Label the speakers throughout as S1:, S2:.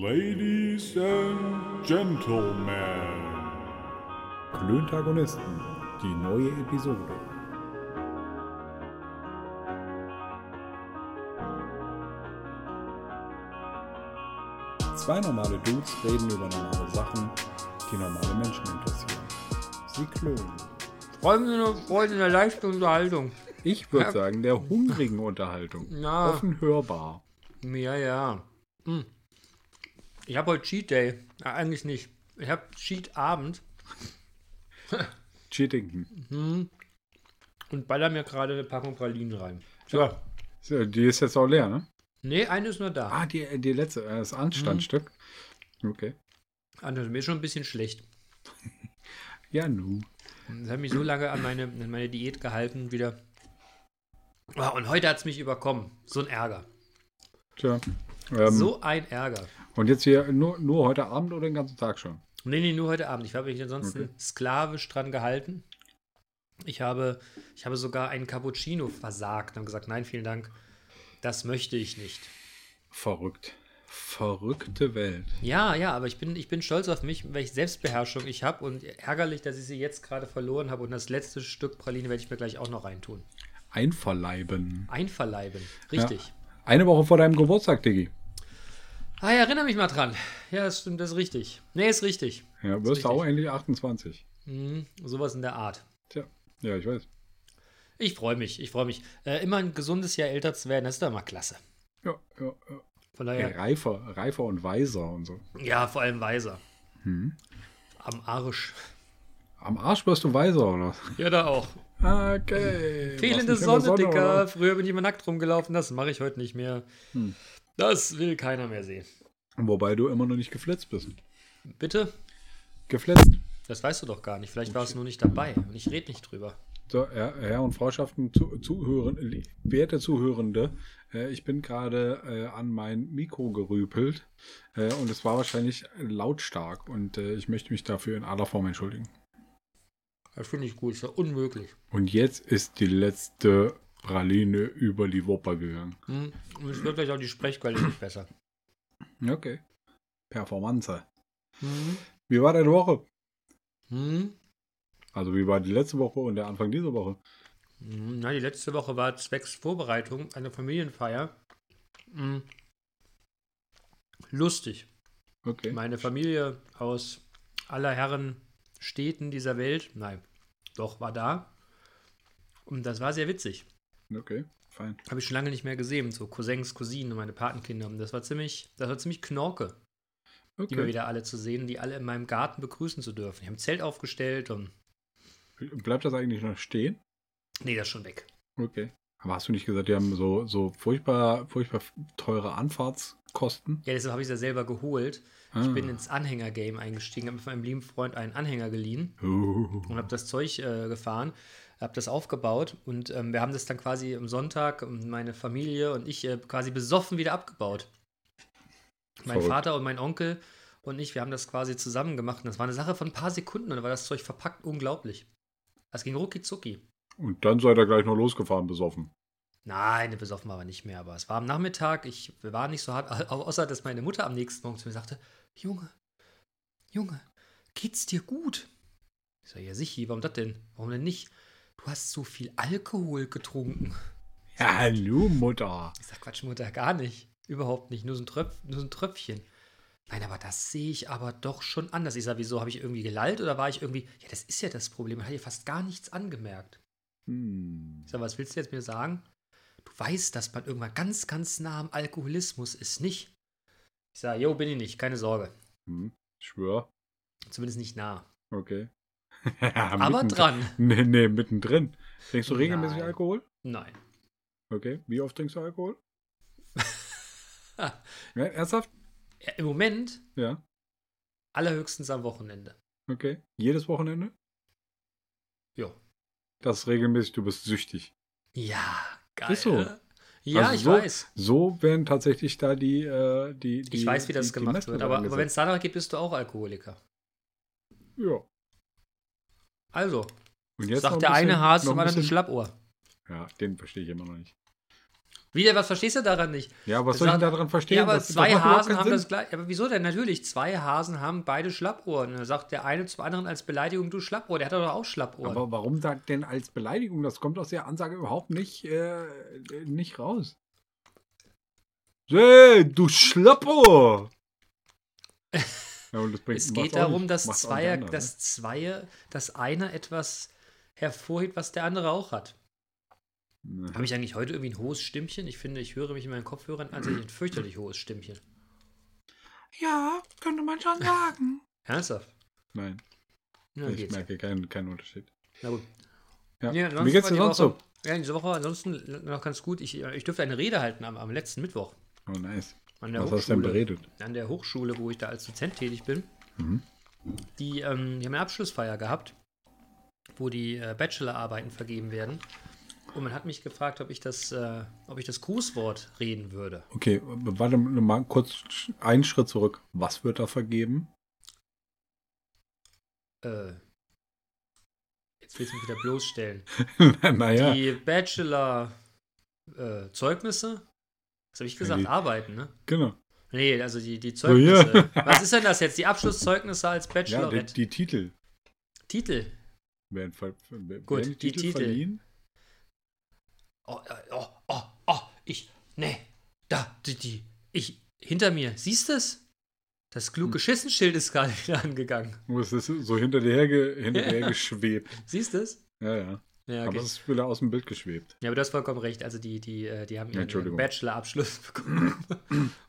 S1: Ladies and Gentlemen,
S2: Klöntagonisten, die neue Episode. Zwei normale Dudes reden über normale Sachen, die normale Menschen interessieren. Sie klönen.
S3: Freunde und Freunde der leichten Unterhaltung.
S2: Ich würde sagen, der hungrigen Unterhaltung.
S3: Na.
S2: Offen hörbar.
S3: Ja, ja. Hm. Ich habe heute Cheat Day. Ja, eigentlich nicht. Ich habe Cheat Abend
S2: Cheatington.
S3: und baller mir gerade eine Packung Pralinen rein. So.
S2: So, die ist jetzt auch leer, ne?
S3: Nee, eine ist nur da.
S2: Ah, die, die letzte, äh, das Anstandstück. Okay.
S3: Anders, mir ist schon ein bisschen schlecht.
S2: Ja, nu.
S3: Das hat mich so lange an meine, an meine Diät gehalten wieder. Ah, Und heute hat es mich überkommen. So ein Ärger.
S2: Tja. Ähm,
S3: So ein Ärger.
S2: Und jetzt hier nur, nur heute Abend oder den ganzen Tag schon?
S3: Nee, nee, nur heute Abend. Ich habe mich ansonsten sklavisch dran gehalten. Ich habe, ich habe sogar einen Cappuccino versagt und habe gesagt, nein, vielen Dank, das möchte ich nicht.
S2: Verrückt. Verrückte Welt.
S3: Ja, ja, aber ich bin, ich bin stolz auf mich, welche Selbstbeherrschung ich habe und ärgerlich, dass ich sie jetzt gerade verloren habe und das letzte Stück Praline werde ich mir gleich auch noch reintun.
S2: Einverleiben.
S3: Einverleiben, richtig.
S2: Eine Woche vor deinem Geburtstag, Diggi.
S3: Ah, ja, erinnere mich mal dran. Ja, das stimmt, das ist richtig. Nee, ist richtig.
S2: Ja, wirst du
S3: richtig.
S2: auch endlich 28.
S3: Mhm, sowas in der Art.
S2: Tja, ja, ich weiß.
S3: Ich freue mich, ich freue mich. Äh, immer ein gesundes Jahr älter zu werden, das ist doch mal klasse.
S2: Ja, ja, ja.
S3: Von daher,
S2: Reifer, reifer und weiser und so.
S3: Ja, vor allem weiser. Am Arsch.
S2: Am Arsch wirst du weiser, oder?
S3: Ja, da auch.
S2: Okay.
S3: Fehlende
S2: Was, nicht in der
S3: Sonne, Dicker.
S2: oder?
S3: Früher bin ich immer nackt rumgelaufen, das mache ich heute nicht mehr. Das will keiner mehr sehen.
S2: Wobei du immer noch nicht geflitzt bist.
S3: Bitte?
S2: Geflitzt.
S3: Das weißt du doch gar nicht. Vielleicht warst du nur nicht dabei und ich rede nicht drüber.
S2: So, Herr, Herr und Frauschaften, zu, Zuhören, werte Zuhörende, äh, ich bin gerade äh, an mein Mikro gerüpelt äh, und es war wahrscheinlich lautstark und äh, ich möchte mich dafür in aller Form entschuldigen.
S3: Das finde ich gut, ist ja unmöglich.
S2: Und jetzt ist die letzte Praline über die Wupper gegangen.
S3: Hm? Und es wird gleich auch die Sprechqualität besser.
S2: Okay. Performance.
S3: Hm?
S2: Wie war deine Woche?
S3: Hm?
S2: Also wie war die letzte Woche und der Anfang dieser Woche?
S3: Hm, Na, die letzte Woche war zwecks Vorbereitung einer Familienfeier. Hm. Lustig.
S2: Okay.
S3: Meine Familie aus aller Herren Städten dieser Welt, nein, doch, war da. Und das war sehr witzig.
S2: Okay, fein.
S3: Habe ich schon lange nicht mehr gesehen. So Cousins, Cousinen und meine Patenkinder. Und das war ziemlich, das war ziemlich knorke, die mal
S2: Okay.
S3: wieder alle zu sehen, die alle in meinem Garten begrüßen zu dürfen. Ich habe ein Zelt aufgestellt und.
S2: Bleibt das eigentlich noch stehen?
S3: Nee, das ist schon weg.
S2: Okay. Aber hast du nicht gesagt, die haben so, so furchtbar, furchtbar teure Anfahrtskosten?
S3: Ja, deshalb habe ich es ja selber geholt.
S2: Ah.
S3: Ich bin ins Anhänger-Game eingestiegen, habe von meinem lieben Freund einen Anhänger geliehen.
S2: Uh.
S3: und habe das Zeug äh, gefahren, habe das aufgebaut und ähm, wir haben das dann quasi am Sonntag und meine Familie und ich äh, quasi besoffen wieder abgebaut. Mein
S2: Verrückt.
S3: Vater und mein Onkel und ich, wir haben das quasi zusammen gemacht und das war eine Sache von ein paar Sekunden und dann war das Zeug verpackt, unglaublich. Das ging rucki zucki.
S2: Und dann seid ihr gleich noch losgefahren, besoffen.
S3: Nein, besoffen war wir nicht mehr, aber es war au- am Nachmittag, ich, wir waren nicht so hart, au- außer dass meine Mutter am nächsten Morgen zu mir sagte, Junge, Junge, geht's dir gut? Ich sag, ja sicher, warum das denn? Warum denn nicht? Du hast so viel Alkohol getrunken.
S2: Ja, hallo, Mutter.
S3: Ich sag, Quatsch, Mutter, gar nicht. Überhaupt nicht, nur so ein, Tröpf, nur so ein Tröpfchen. Nein, aber das sehe ich aber doch schon anders. Ich sag, wieso, habe ich irgendwie gelallt oder war ich irgendwie, ja, das ist ja das Problem, man hat ja fast gar nichts angemerkt.
S2: Hm.
S3: Ich sag, was willst du jetzt mir sagen? Du weißt, dass man irgendwann ganz, ganz nah am Alkoholismus ist, nicht? Ich sag, yo, bin ich nicht, keine Sorge.
S2: Hm. Ich Schwör.
S3: Zumindest nicht nah.
S2: Okay.
S3: Aber dran.
S2: Nee, nee, mittendrin. Trinkst du regelmäßig
S3: Nein.
S2: Alkohol?
S3: Nein.
S2: Okay. Wie oft trinkst du Alkohol? ja, ernsthaft?
S3: Ja, Im Moment
S2: Ja.
S3: allerhöchstens am Wochenende.
S2: Okay. Jedes Wochenende?
S3: Jo.
S2: Das ist regelmäßig, du bist süchtig.
S3: Ja, geil.
S2: Ist so.
S3: ne? Ja,
S2: Also
S3: ich
S2: so,
S3: weiß.
S2: So werden tatsächlich da die, äh, die, die
S3: Ich weiß, wie das
S2: die, die
S3: gemacht
S2: Messlatte
S3: wird. Aber, aber wenn
S2: angesetzt.
S3: es danach geht, bist du auch Alkoholiker.
S2: Ja.
S3: Also,
S2: Und jetzt noch
S3: sagt
S2: ein
S3: der eine
S2: bisschen-
S3: Hase
S2: noch
S3: zum
S2: ein
S3: anderen
S2: bisschen-
S3: Schlappohr.
S2: Ja, den verstehe ich immer noch nicht.
S3: Wieder, was verstehst du daran nicht?
S2: Ja, was
S3: Das
S2: soll ich denn
S3: hat-
S2: daran verstehen?
S3: Ja, aber
S2: Das- das macht
S3: zwei
S2: überhaupt
S3: Hasen
S2: keinen
S3: haben
S2: Sinn.
S3: das gleiche. Aber wieso denn? Natürlich, zwei Hasen haben beide Schlappohren. Dann sagt der eine zum anderen als Beleidigung, du Schlappohr. Der hat doch auch Schlappohren.
S2: Aber warum sagt denn als Beleidigung? Das kommt aus der Ansage überhaupt nicht, äh, nicht raus. Hey, du Schlappohr! ja, und das bringt-
S3: es
S2: macht's
S3: geht
S2: auch
S3: darum,
S2: nicht-
S3: dass
S2: macht's auch
S3: Zweier,
S2: nicht anders, ne?
S3: dass Zweier, dass einer etwas hervorhebt, was der andere auch hat.
S2: ne?
S3: Habe ich eigentlich heute irgendwie ein hohes Stimmchen? Ich finde, ich höre mich in meinen Kopfhörern an, als hätte ich ein fürchterlich hohes Stimmchen.
S2: Ja, könnte man schon sagen.
S3: Ernsthaft?
S2: Nein,
S3: Na,
S2: ich
S3: geht's.
S2: merke keinen, keinen Unterschied.
S3: Na gut.
S2: Ja.
S3: Nee, ansonsten
S2: Wie geht's
S3: war
S2: dir
S3: die
S2: sonst so?
S3: Woche- Ja, diese Woche ansonsten noch ganz gut. Ich, äh, ich dürfte eine Rede halten am, am letzten Mittwoch
S2: Oh, nice.
S3: an der
S2: Was hast du denn
S3: Hochschule.
S2: beredet? Mhm.
S3: an der Hochschule, wo ich da als Dozent tätig bin, die, ähm, die haben eine Abschlussfeier gehabt, wo die äh, Bachelorarbeiten vergeben werden. Und man hat mich gefragt, ob ich das, äh, ob ich das Grußwort reden würde.
S2: Okay, warte mal kurz einen Schritt zurück. Was wird da vergeben?
S3: Äh, jetzt willst du mich wieder bloßstellen.
S2: naja,
S3: Die Bachelor-Zeugnisse, äh, Zeugnisse? was habe ich gesagt?
S2: die-
S3: Arbeiten, ne?
S2: genau.
S3: Nee, also die, die
S2: So, Oh, ja.
S3: Zeugnisse. Was ist denn das jetzt? Die Abschlusszeugnisse als
S2: Ja, die,
S3: Bachelorette?
S2: die Titel
S3: Titel.
S2: werden, ver werden
S3: Gut,
S2: die
S3: die
S2: Titel,
S3: Titel.
S2: verliehen.
S3: Oh, oh, oh, oh, ich, nee, da, die, die, ich, hinter mir, siehst du es? Das
S2: Hm.
S3: klug geschissen Schild ist gerade wieder angegangen.
S2: Nur es ist so hinter dir herge hinter dir hergeschwebt.
S3: Siehst du es?
S2: Ja, ja.
S3: Ja, okay.
S2: Aber es ist wieder aus dem Bild geschwebt.
S3: ja, aber du hast vollkommen recht. Also die, die, äh, die haben ihren, ihren
S2: Entschuldigung.
S3: Bachelorabschluss bekommen.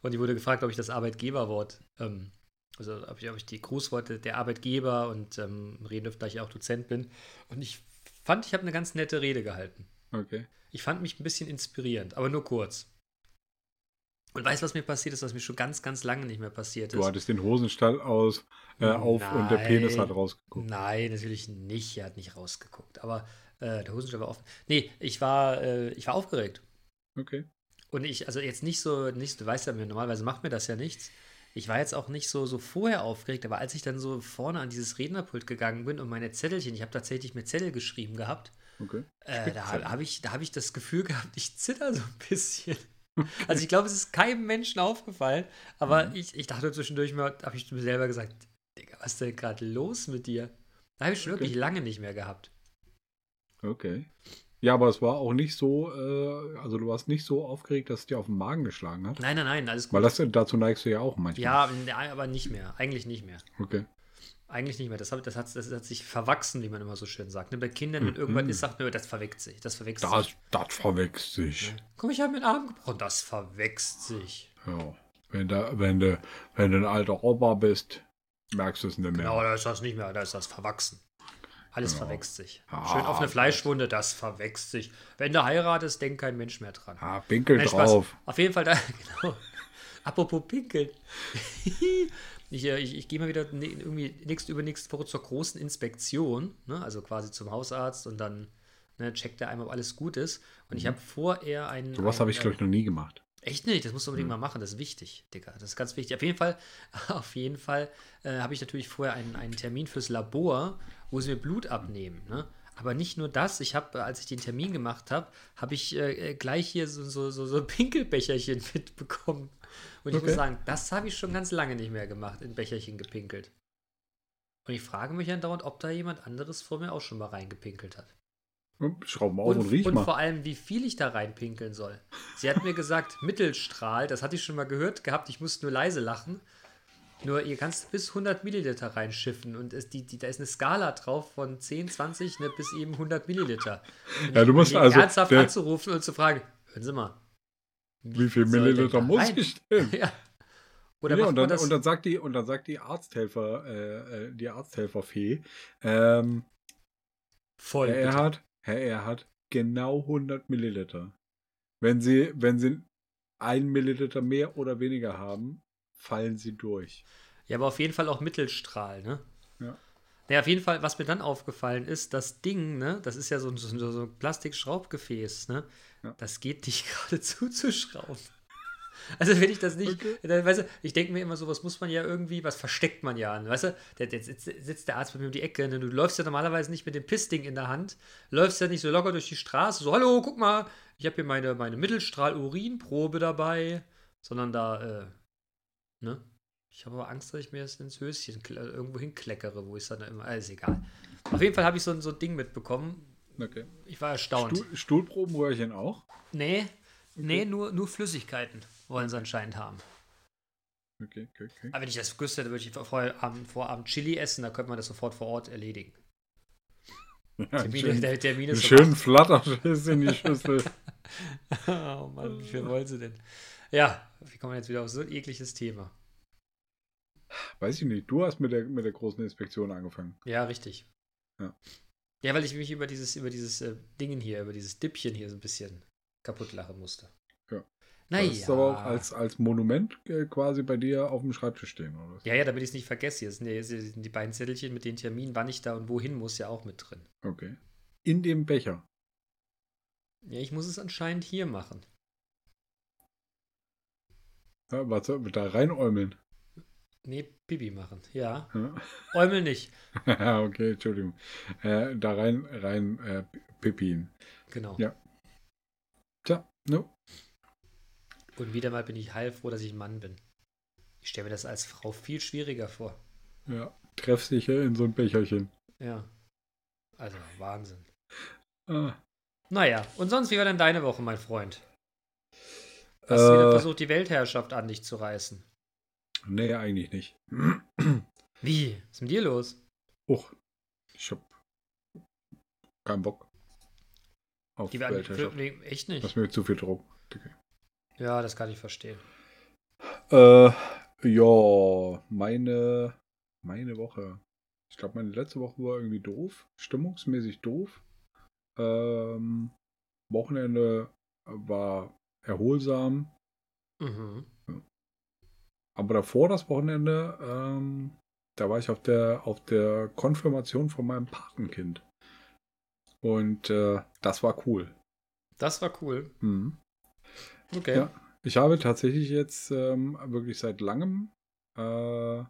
S3: Und die wurde gefragt, ob ich das Arbeitgeberwort, ähm, also ob ich, ob ich die Grußworte der Arbeitgeber und ähm, reden dürfte, da ich auch Dozent bin. Und ich fand, ich habe eine ganz nette Rede gehalten.
S2: Okay.
S3: Ich fand mich ein bisschen inspirierend, aber nur kurz. Und weißt du, was mir passiert ist, was mir schon ganz, ganz lange nicht mehr passiert
S2: Du
S3: ist?
S2: hattest den Hosenstall aus, äh, auf und der Penis
S3: Nein.
S2: hat rausgeguckt.
S3: Nein, natürlich nicht. Er hat nicht rausgeguckt. Aber äh, der Hosenstall war offen. Nee, ich war, äh, ich war aufgeregt.
S2: Okay.
S3: Und ich, also jetzt nicht so, nicht, du weißt ja, mir- normalerweise macht mir das ja nichts. Ich war jetzt auch nicht so, so vorher aufgeregt, aber als ich dann so vorne an dieses Rednerpult gegangen bin und meine Zettelchen, ich habe tatsächlich mir Zettel geschrieben gehabt,
S2: Okay.
S3: Äh, da habe hab ich, da hab ich das Gefühl gehabt, ich zitter so ein bisschen. Also ich glaube, es ist keinem Menschen aufgefallen, aber
S2: Mhm.
S3: ich, ich dachte zwischendurch mal, habe ich mir selber gesagt, Digga, was ist denn gerade los mit dir? Da habe ich schon
S2: Okay.
S3: wirklich lange nicht mehr gehabt.
S2: Okay. Ja, aber es war auch nicht so, äh, also du warst nicht so aufgeregt, dass es dir auf den Magen geschlagen hat.
S3: Nein, nein, nein, alles
S2: Weil
S3: gut.
S2: das, dazu neigst du ja auch manchmal.
S3: Ja, n- aber nicht mehr. Eigentlich nicht mehr.
S2: Okay.
S3: Eigentlich nicht mehr. Das, hab, das, hat, das hat sich verwachsen, wie man immer so schön sagt. Ne? Bei Kindern, wenn irgendwas ist, sagt man, das verwechselt sich. Das verwechselt sich.
S2: Mhm.
S3: ne?
S2: Das, das verwechselt sich.
S3: Komm, ich habe mir den Arm gebrochen. Das verwechselt sich.
S2: Ja. Wenn, da, wenn, du, wenn du ein alter Opa bist, merkst du es nicht mehr.
S3: Genau, da ist das nicht mehr, da ist das verwachsen. Alles verwechselt sich.
S2: Ah,
S3: Schön offene Fleischwunde, das verwechselt sich. Wenn du heiratest, denkt kein Mensch mehr dran.
S2: Ah, Pinkel
S3: Nein, Spaß.
S2: drauf.
S3: Auf jeden Fall, da, genau. Apropos Pinkeln. ich äh, ich, ich gehe mal wieder ne, irgendwie nächste übernächste Woche zur großen Inspektion, ne? also quasi zum Hausarzt und dann ne, checkt er einmal, ob alles gut ist. Und
S2: Mhm.
S3: ich habe vorher einen.
S2: Sowas
S3: einen,
S2: habe ich,
S3: äh,
S2: glaube ich, noch nie gemacht.
S3: Echt nicht, das musst du unbedingt mal machen, das ist wichtig, Digga. Das ist ganz wichtig. Auf jeden Fall, auf jeden Fall äh, habe ich natürlich vorher einen, einen Termin fürs Labor, wo sie mir Blut abnehmen, ne? Aber nicht nur das, ich habe, äh, als ich den Termin gemacht habe, habe ich äh, äh, gleich hier so, so, so, so Pinkelbecherchen mitbekommen. Und ich
S2: Okay.
S3: muss sagen, das habe ich schon ganz lange nicht mehr gemacht, in Becherchen gepinkelt. Und ich frage mich andauernd, ob da jemand anderes vor mir auch schon mal reingepinkelt hat.
S2: Hm, Schraub mal auf und, riech mal.
S3: vor allem, wie viel ich da reinpinkeln soll. Sie hat mir gesagt, Mittelstrahl, das hatte ich schon mal gehört gehabt, ich musste nur leise lachen. Nur, ihr kannst bis 100 Milliliter reinschiffen und es, die, die, da ist eine Skala drauf von 10, 20 ne, bis eben 100 Milliliter. Und
S2: Ja, du
S3: ich
S2: musst
S3: überlege,
S2: also-
S3: Ernsthaft
S2: der-
S3: anzurufen und zu fragen, hören Sie mal.
S2: Wie viel
S3: soll
S2: Milliliter
S3: denn da
S2: muss
S3: rein?
S2: ich denn?
S3: ja. Oder
S2: ja,
S3: macht
S2: und,
S3: man
S2: dann,
S3: das?
S2: und dann sagt die und dann sagt die Arzthelfer äh, äh, die Arzthelferfee ähm,
S3: voll.
S2: Herr
S3: bitte.
S2: Erhard Herr Erhard genau 100 Milliliter wenn Sie wenn Sie ein Milliliter mehr oder weniger haben fallen Sie durch
S3: Ja, aber auf jeden Fall auch Mittelstrahl, ne?
S2: Ja.
S3: Naja, auf jeden Fall, was mir dann aufgefallen ist, das Ding, ne, das ist ja so ein, so ein, so ein Plastikschraubgefäß, ne?
S2: Ja.
S3: Das geht nicht gerade zuzuschrauben. Also wenn ich das nicht,
S2: Okay.
S3: dann, weißt du, ich denke mir immer so, was muss man ja irgendwie, was versteckt man ja an, weißt du? Der, der, sitzt, sitzt der Arzt bei mir um die Ecke, denn du läufst ja normalerweise nicht mit dem Pissding in der Hand, läufst ja nicht so locker durch die Straße, so, hallo, guck mal, ich habe hier meine, meine Mittelstrahl-Urinprobe dabei, sondern da, äh, ne? Ich habe aber Angst, dass ich mir das ins Höschen kle- äh, irgendwo hinkleckere, wo ich dann immer, alles egal. Auf jeden Fall habe ich so, ein- so ein Ding mitbekommen.
S2: Okay.
S3: Ich war erstaunt.
S2: Stuhl, Stuhlprobenröhrchen auch?
S3: Nee, nee, nur, nur Flüssigkeiten wollen sie anscheinend haben.
S2: Okay, okay, okay.
S3: Aber wenn ich das gewusst hätte, würde ich vor- vorabend, vorabend Chili essen, da könnte man das sofort vor Ort erledigen.
S2: Ja, einen
S3: Termine,
S2: schönen,
S3: der Termin
S2: einen
S3: ist
S2: schönen Flatterschiss in die Schüssel.
S3: Oh Mann, wie viel wollen sie denn? Ja, wie kommen wir jetzt wieder auf so ein ekliges Thema?
S2: Weiß ich nicht, du hast mit der, mit der großen Inspektion angefangen.
S3: Ja, richtig.
S2: Ja.
S3: Ja, weil ich mich über dieses, über dieses äh, Dingen hier, über dieses Dippchen hier so ein bisschen kaputt lachen musste.
S2: Ja.
S3: Naja.
S2: Das ist aber auch als, als Monument äh, quasi bei dir auf dem Schreibtisch stehen, oder? was?
S3: ja, ja, damit ich es nicht vergesse. Hier sind, ja, hier sind die beiden Zettelchen mit den Terminen, wann ich da und wohin muss, ja auch mit drin.
S2: Okay. In dem Becher.
S3: Ja, ich muss es anscheinend hier machen.
S2: Ja, was soll da reinäumeln?
S3: Nee, Bibi machen. Ja.
S2: Ja.
S3: Eumel nicht.
S2: Ja, okay, Entschuldigung. Äh, da rein, rein äh, Pippin.
S3: Genau.
S2: Ja. Tja, no.
S3: Und wieder mal bin ich heilfroh, dass ich ein Mann bin. Ich stelle mir das als Frau viel schwieriger vor.
S2: Ja, treffsicher in so ein Becherchen.
S3: Ja. Also, Wahnsinn.
S2: Ah.
S3: Naja, und sonst, wie war denn deine Woche, mein Freund? Hast du wieder
S2: Äh.
S3: versucht, die Weltherrschaft an dich zu reißen?
S2: Nee, eigentlich nicht.
S3: Wie? Was ist mit dir los?
S2: Och, ich hab keinen Bock auf
S3: Die
S2: die
S3: werden-
S2: Weltherrschaft.
S3: Nee, echt nicht.
S2: Das ist mir zu viel Druck.
S3: Ja, das kann ich verstehen.
S2: Äh, ja, meine, meine Woche. Ich glaube, meine letzte Woche war irgendwie doof, stimmungsmäßig doof. Ähm, Wochenende war erholsam,
S3: Mhm.
S2: aber davor das Wochenende, ähm, da war ich auf der, auf der Konfirmation von meinem Patenkind. Und äh, das war cool.
S3: Das war cool.
S2: Mhm.
S3: Okay.
S2: Ja. Ich habe tatsächlich jetzt ähm, wirklich seit langem äh,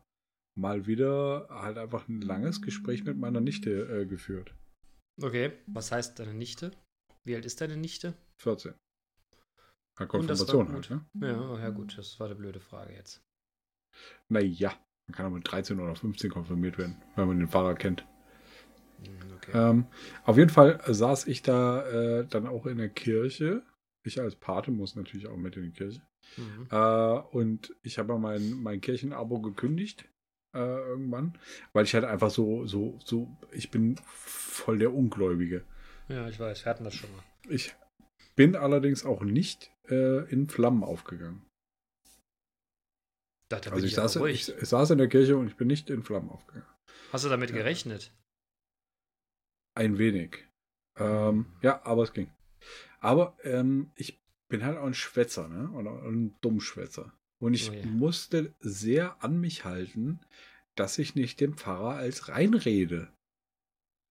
S2: mal wieder halt einfach ein langes Gespräch mit meiner Nichte äh, geführt.
S3: Okay. Was heißt deine Nichte? Wie alt ist deine Nichte?
S2: 14. Na,
S3: Und das war
S2: Konfirmation
S3: gut.
S2: halt, ne?
S3: Ja, oh, ja gut, das war eine blöde Frage jetzt.
S2: Naja, man kann auch mit 13 oder 15 konfirmiert werden, wenn man den Pfarrer kennt.
S3: Mhm, Okay.
S2: Ähm, auf jeden Fall saß ich da äh, dann auch in der Kirche. Ich als Pate muss natürlich auch mit in die Kirche.
S3: Mhm.
S2: Äh, und ich habe mein, mein Kirchenabo gekündigt äh, irgendwann, weil ich halt einfach so, so, so, ich bin voll der Ungläubige.
S3: Ja, ich weiß, wir hatten das schon mal.
S2: Ich bin allerdings auch nicht äh, in Flammen aufgegangen.
S3: Da, da bin
S2: also ich
S3: aber
S2: saß,
S3: ruhig.
S2: ich, ich saß in der Kirche und ich bin nicht in Flammen aufgegangen.
S3: Hast du damit
S2: Ja.
S3: gerechnet?
S2: Ein wenig. Ähm, ja, aber es ging. Aber ähm, ich bin halt auch ein Schwätzer, ne? Und auch ein Dummschwätzer. Und ich
S3: Oh ja.
S2: musste sehr an mich halten, dass ich nicht dem Pfarrer als reinrede.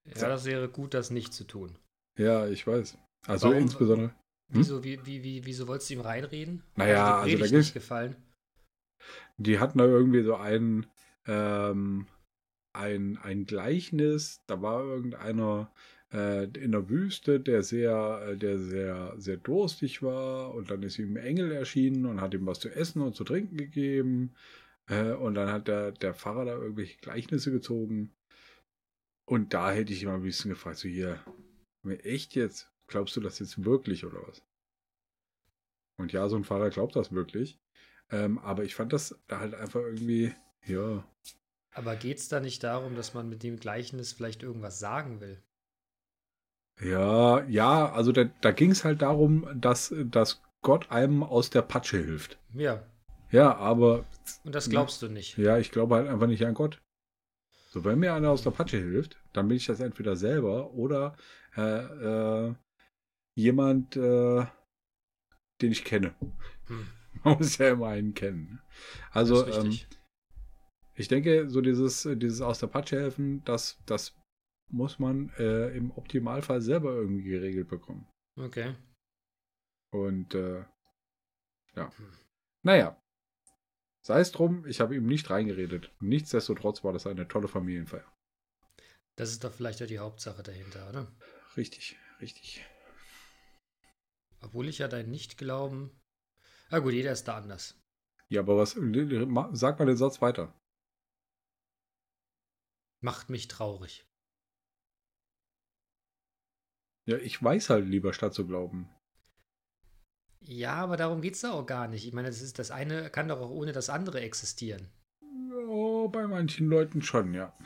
S3: Ja, das wäre gut, das nicht zu tun.
S2: Ja, ich weiß. Also
S3: Warum-
S2: insbesondere. Hm?
S3: Wieso, wie, wie, wie, wieso wolltest du ihm reinreden?
S2: Naja,
S3: Hat
S2: also
S3: dir die
S2: da
S3: Predigt
S2: gibt's-
S3: nicht gefallen.
S2: Die hatten da irgendwie so ein, ähm, ein, ein Gleichnis. Da war irgendeiner äh, in der Wüste, der sehr, äh, der sehr, sehr durstig war. Und dann ist ihm ein Engel erschienen und hat ihm was zu essen und zu trinken gegeben. Äh, und dann hat der, der Pfarrer da irgendwelche Gleichnisse gezogen. Und da hätte ich immer ein bisschen gefragt, so hier, echt jetzt? Glaubst du das jetzt wirklich oder was? Und ja, so ein Pfarrer glaubt das wirklich. Ähm, aber ich fand das halt einfach irgendwie, ja.
S3: Aber geht es da nicht darum, dass man mit dem Gleichnis vielleicht irgendwas sagen will?
S2: Ja, ja, also da, da ging es halt darum, dass, dass Gott einem aus der Patsche hilft.
S3: Ja,
S2: Ja, aber
S3: und das
S2: Ja.
S3: glaubst du nicht.
S2: Mhm. ja, ich glaube halt einfach nicht an Gott. So, wenn mir einer aus der Patsche hilft, dann bin ich das entweder selber oder äh, äh, jemand, äh, den ich kenne.
S3: Hm.
S2: Man muss ja immer einen kennen. Also,
S3: das ist
S2: ähm,
S3: richtig.
S2: Ich denke, so dieses, äh, dieses aus der Patsche helfen, das, das muss man äh, im Optimalfall selber irgendwie ähm, geregelt bekommen.
S3: okay.
S2: Und äh, ja. Naja. Sei es drum, ich habe ihm nicht reingeredet. Nichtsdestotrotz war das eine tolle Familienfeier.
S3: Das ist doch vielleicht auch die Hauptsache dahinter, oder?
S2: Richtig, richtig.
S3: Obwohl ich ja dein Nicht-Glauben. Ah, gut, jeder ist da anders.
S2: Ja, aber was. äh, Sag mal den Satz weiter.
S3: Macht mich traurig.
S2: Ja, ich weiß halt lieber, statt zu glauben.
S3: Ja, aber darum geht es da auch gar nicht. Ich meine, das, ist, das eine kann doch auch ohne das andere existieren.
S2: Oh, bei manchen Leuten schon, ja.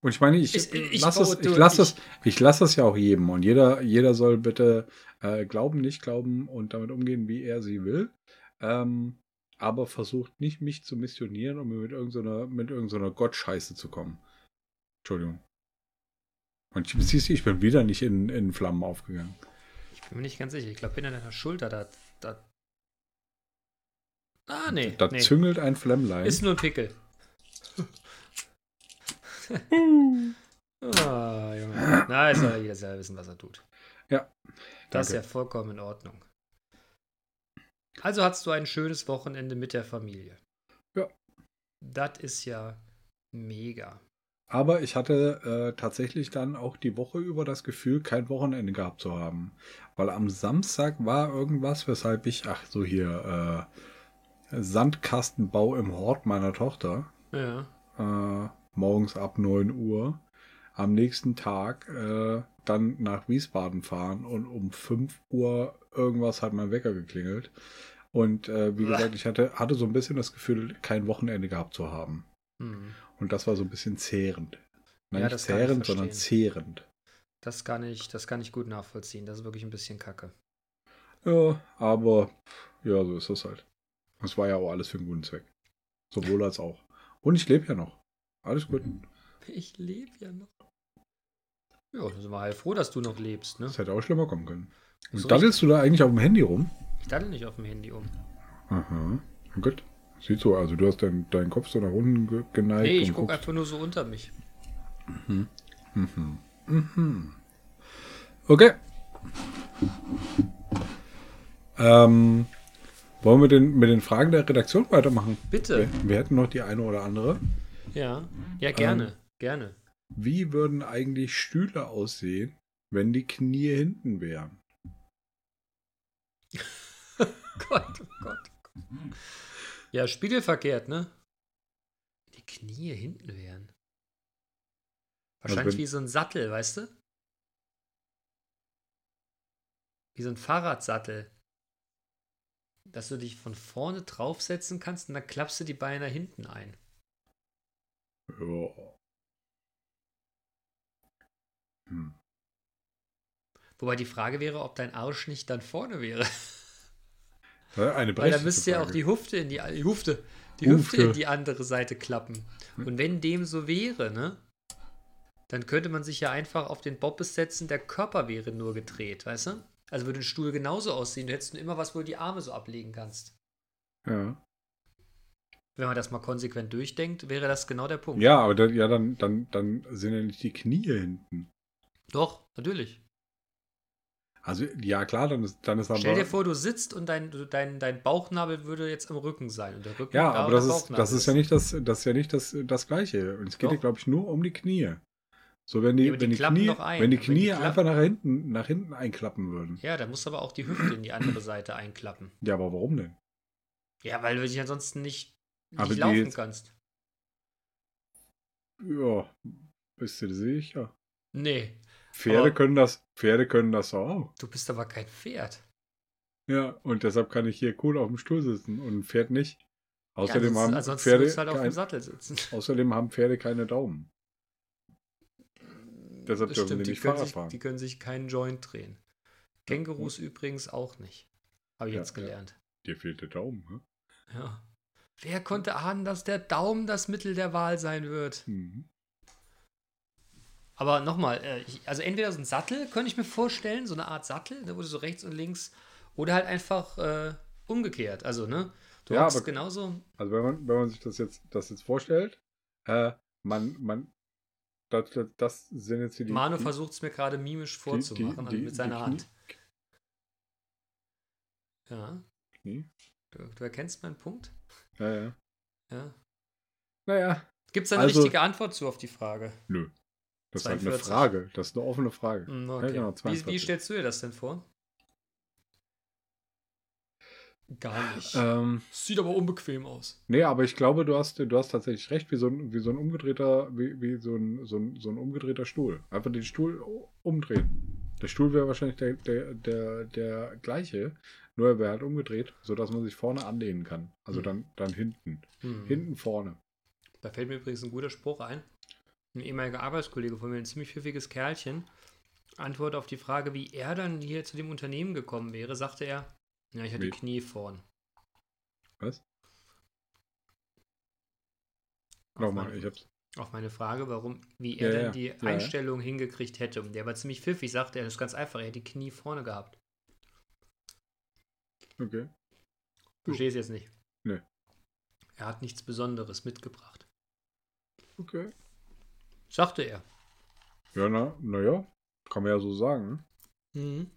S2: Und ich meine, ich,
S3: Ich- ich- ich
S2: lasse es,
S3: baue-
S2: ich lass
S3: ich-
S2: es, ich lass es ja auch jedem. Und jeder, jeder soll bitte äh, glauben, nicht glauben und damit umgehen, wie er sie will. Ähm, aber versucht nicht, mich zu missionieren, um mit irgendeiner, mit irgendeiner Gottscheiße zu kommen. Entschuldigung. Und ich- siehst du, ich bin wieder nicht in, in Flammen aufgegangen.
S3: Ich bin mir nicht ganz sicher. Ich glaube, hinter deiner Schulter, da. da ah, nee.
S2: Da
S3: nee.
S2: züngelt ein Flämmlein.
S3: Ist nur ein Pickel. Ah, Junge. Na, jetzt soll jeder selber wissen, was er tut.
S2: Ja,
S3: Das ist ja
S2: danke.
S3: vollkommen in Ordnung. Also hattest du ein schönes Wochenende mit der Familie.
S2: Ja.
S3: Das ist ja mega.
S2: Aber ich hatte äh, tatsächlich dann auch die Woche über das Gefühl, kein Wochenende gehabt zu haben. Weil am Samstag war irgendwas, weshalb ich, ach so hier, äh, Sandkastenbau im Hort meiner Tochter,
S3: Ja.
S2: äh, morgens ab 9 Uhr, am nächsten Tag äh, dann nach Wiesbaden fahren und um 5 Uhr irgendwas hat mein Wecker geklingelt. Und äh, wie
S3: Uah.
S2: gesagt, ich hatte, hatte so ein bisschen das Gefühl, kein Wochenende gehabt zu haben.
S3: Hm.
S2: Und das war so ein bisschen zehrend. Nein,
S3: Ja,
S2: nicht
S3: das kann ich
S2: zehrend, sondern
S3: verstehen.
S2: zehrend.
S3: Das kann ich, das kann ich gut nachvollziehen. Das ist wirklich ein bisschen kacke.
S2: Ja, aber ja, so ist das halt. Es war ja auch alles für einen guten Zweck. Sowohl als auch. Und ich lebe ja noch. Alles gut.
S3: Mhm. Ich lebe ja noch. Ja, dann sind wir halt froh, dass du noch lebst, ne?
S2: Das hätte auch schlimmer kommen können. Und
S3: So
S2: daddelst du da eigentlich auf dem Handy rum?
S3: Ich daddel nicht auf dem Handy um.
S2: Aha. Gut. Sieht so, also du hast deinen deinen Kopf so nach unten ge- geneigt.
S3: Nee, ich
S2: und
S3: gucke
S2: guckst-
S3: einfach nur so unter mich.
S2: Mhm. Mhm. Okay. Ähm, wollen wir den, mit den Fragen der Redaktion weitermachen?
S3: Bitte.
S2: Wir, wir hätten noch die eine oder andere.
S3: Ja. Ähm. Ja, gerne. gerne.
S2: Wie würden eigentlich Stühle aussehen, wenn die Knie hinten wären?
S3: Gott, oh Gott, oh Gott. Ja, spiegelverkehrt, ne? Die Knie hinten wären. Wahrscheinlich
S2: wenn-
S3: wie so ein Sattel, weißt du? Wie so ein Fahrradsattel. Dass du dich von vorne draufsetzen kannst und dann klappst du die Beine nach hinten ein.
S2: Ja. Hm.
S3: Wobei die Frage wäre, ob dein Arsch nicht dann vorne wäre.
S2: Ja, Äh, Eine
S3: Weil dann
S2: berechtigte
S3: müsste ja auch
S2: Frage.
S3: die Hüfte in die, äh, die Hüfte,
S2: Hufte.
S3: die
S2: Hm.
S3: Hüfte. in die andere Seite klappen. Und wenn dem so wäre, ne? Dann könnte man sich ja einfach auf den Bobbes setzen, der Körper wäre nur gedreht, weißt du? Also würde ein Stuhl genauso aussehen. Du hättest nur immer was, wo du die Arme so ablegen kannst.
S2: Ja.
S3: Wenn man das mal konsequent durchdenkt, wäre das genau der Punkt.
S2: Ja, aber dann, ja, dann, dann, dann sind ja nicht die Knie hinten.
S3: Doch, natürlich.
S2: Also, ja, klar, dann ist, dann ist aber.
S3: Stell dir vor, du sitzt und dein, du- dein, dein Bauchnabel würde jetzt im Rücken sein. Und der Rücken
S2: Ja,
S3: da
S2: aber
S3: wo
S2: das
S3: der
S2: ist, das
S3: Bauchnabel
S2: ist ja nicht das, das ist ja nicht das, das Gleiche. Und es geht ja,
S3: Doch.
S2: glaube ich, nur um die Knie. So, wenn die,
S3: Ja, aber die
S2: wenn die
S3: klappen
S2: Knie,
S3: doch ein.
S2: wenn die
S3: Wenn die
S2: Knie
S3: klappen-
S2: einfach nach hinten, nach hinten einklappen würden.
S3: Ja, da musst du aber auch die Hüfte in die andere Seite einklappen.
S2: Ja, aber warum denn?
S3: Ja, weil du dich ansonsten nicht,
S2: Aber die
S3: nicht laufen
S2: jetzt-
S3: kannst.
S2: Ja, bist du dir sicher?
S3: Nee,
S2: Pferde
S3: Aber-
S2: können das, Pferde können das auch.
S3: du bist aber kein Pferd.
S2: Ja, und deshalb kann ich hier cool auf dem Stuhl sitzen und ein Pferd nicht. Außerdem
S3: ja,
S2: haben
S3: ansonsten, ansonsten
S2: Pferde
S3: musst du halt auf
S2: kein-
S3: dem Sattel sitzen.
S2: Außerdem haben Pferde keine Daumen. Deshalb dürfen
S3: Das stimmt,
S2: die
S3: die
S2: nicht
S3: können
S2: Fahrrad
S3: sich,
S2: fahren.
S3: Die können sich keinen Joint drehen. Kängurus übrigens auch nicht. Habe ich
S2: Ja,
S3: jetzt
S2: ja.
S3: gelernt.
S2: Dir fehlt der Daumen, ne?
S3: Ja. Wer konnte ahnen, dass der Daumen das Mittel der Wahl sein wird?
S2: Mhm.
S3: Aber nochmal, äh, ich- also entweder so ein Sattel, könnte ich mir vorstellen, so eine Art Sattel, ne, wo du so rechts und links, oder halt einfach äh, umgekehrt. Also, ne? Du
S2: Ja,
S3: hockst
S2: aber-
S3: genauso.
S2: Also wenn man, wenn man sich das jetzt, das jetzt vorstellt, äh, man, man, das, das- das sind jetzt hier die.
S3: Manu
S2: die-
S3: versucht es mir gerade mimisch vorzumachen halt
S2: die-
S3: mit seiner
S2: die
S3: Hand. Ja.
S2: Knie.
S3: Du, du erkennst meinen Punkt?
S2: Ja, ja.
S3: Ja.
S2: Naja,
S3: Gibt es da eine
S2: Also-
S3: richtige Antwort zu auf die Frage?
S2: nö. Das ist halt eine
S3: 42.
S2: Frage. Das ist eine offene Frage.
S3: Hm,
S2: Ja,
S3: okay.
S2: genau,
S3: wie,
S2: 42.
S3: wie stellst du dir das denn vor? Gar nicht.
S2: Ähm,
S3: Sieht aber unbequem aus.
S2: Nee, aber ich glaube, du hast, du hast tatsächlich recht, wie so ein, wie so ein umgedrehter, wie, wie so, ein, so, ein, so ein umgedrehter Stuhl. Einfach den Stuhl u- umdrehen. Der Stuhl wäre wahrscheinlich der, der, der, der gleiche, nur er wäre halt umgedreht, sodass man sich vorne anlehnen kann. Also
S3: Mhm.
S2: dann, dann hinten.
S3: Hm.
S2: Hinten vorne.
S3: Da fällt mir übrigens ein guter Spruch ein. Ein ehemaliger Arbeitskollege von mir, ein ziemlich pfiffiges Kerlchen, antwortet auf die Frage, wie er dann hier zu dem Unternehmen gekommen wäre, sagte er, ja, ich hatte
S2: Wie?
S3: Knie vorn.
S2: Was?
S3: Auf
S2: Nochmal,
S3: meine-
S2: ich hab's.
S3: Auf meine Frage, warum, wie er
S2: Ja,
S3: denn
S2: ja,
S3: die
S2: ja, ja.
S3: Einstellung hingekriegt hätte. Und der war ziemlich pfiffig, sagte er, das ist ganz einfach, er hätte die Knie vorne gehabt.
S2: Okay.
S3: Verstehst du jetzt nicht?
S2: Nee.
S3: Er hat nichts Besonderes mitgebracht.
S2: Okay.
S3: Sagte er.
S2: Ja, na, naja, kann man ja so sagen. ne?
S3: Mhm.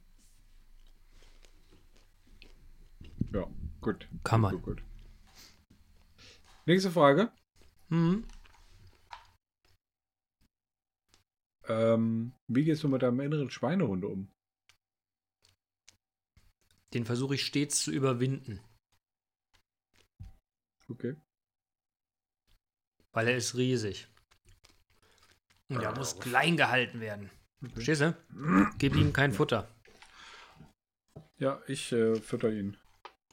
S2: Ja, gut.
S3: Kann
S2: Gut,
S3: man.
S2: gut. Nächste Frage.
S3: Mhm.
S2: Ähm, wie gehst du mit deinem inneren Schweinehund um?
S3: Den versuche ich stets zu überwinden.
S2: Okay.
S3: Weil er ist riesig. Und er muss klein gehalten werden.
S2: Mhm.
S3: Verstehst du? Gib ihm kein Futter.
S2: Ja, ich äh, fütter ihn.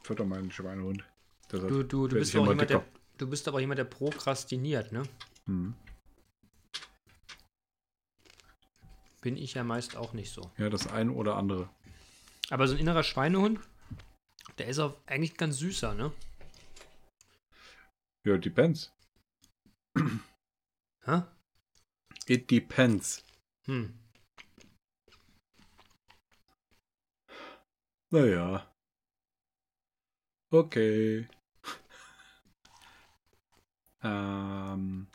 S2: Fütter meinen Schweinehund. Deshalb
S3: Du, du, du
S2: werd
S3: bist
S2: ich
S3: auch
S2: immer
S3: jemand, der,
S2: dicker.
S3: du bist aber jemand, der prokrastiniert, ne?
S2: Mhm.
S3: Bin ich ja meist auch nicht so.
S2: Ja, das eine oder andere.
S3: Aber so ein innerer Schweinehund, der ist auch eigentlich ganz süßer, ne?
S2: Ja, depends.
S3: Hä?
S2: It depends.
S3: Hm.
S2: Naja. Okay. ähm.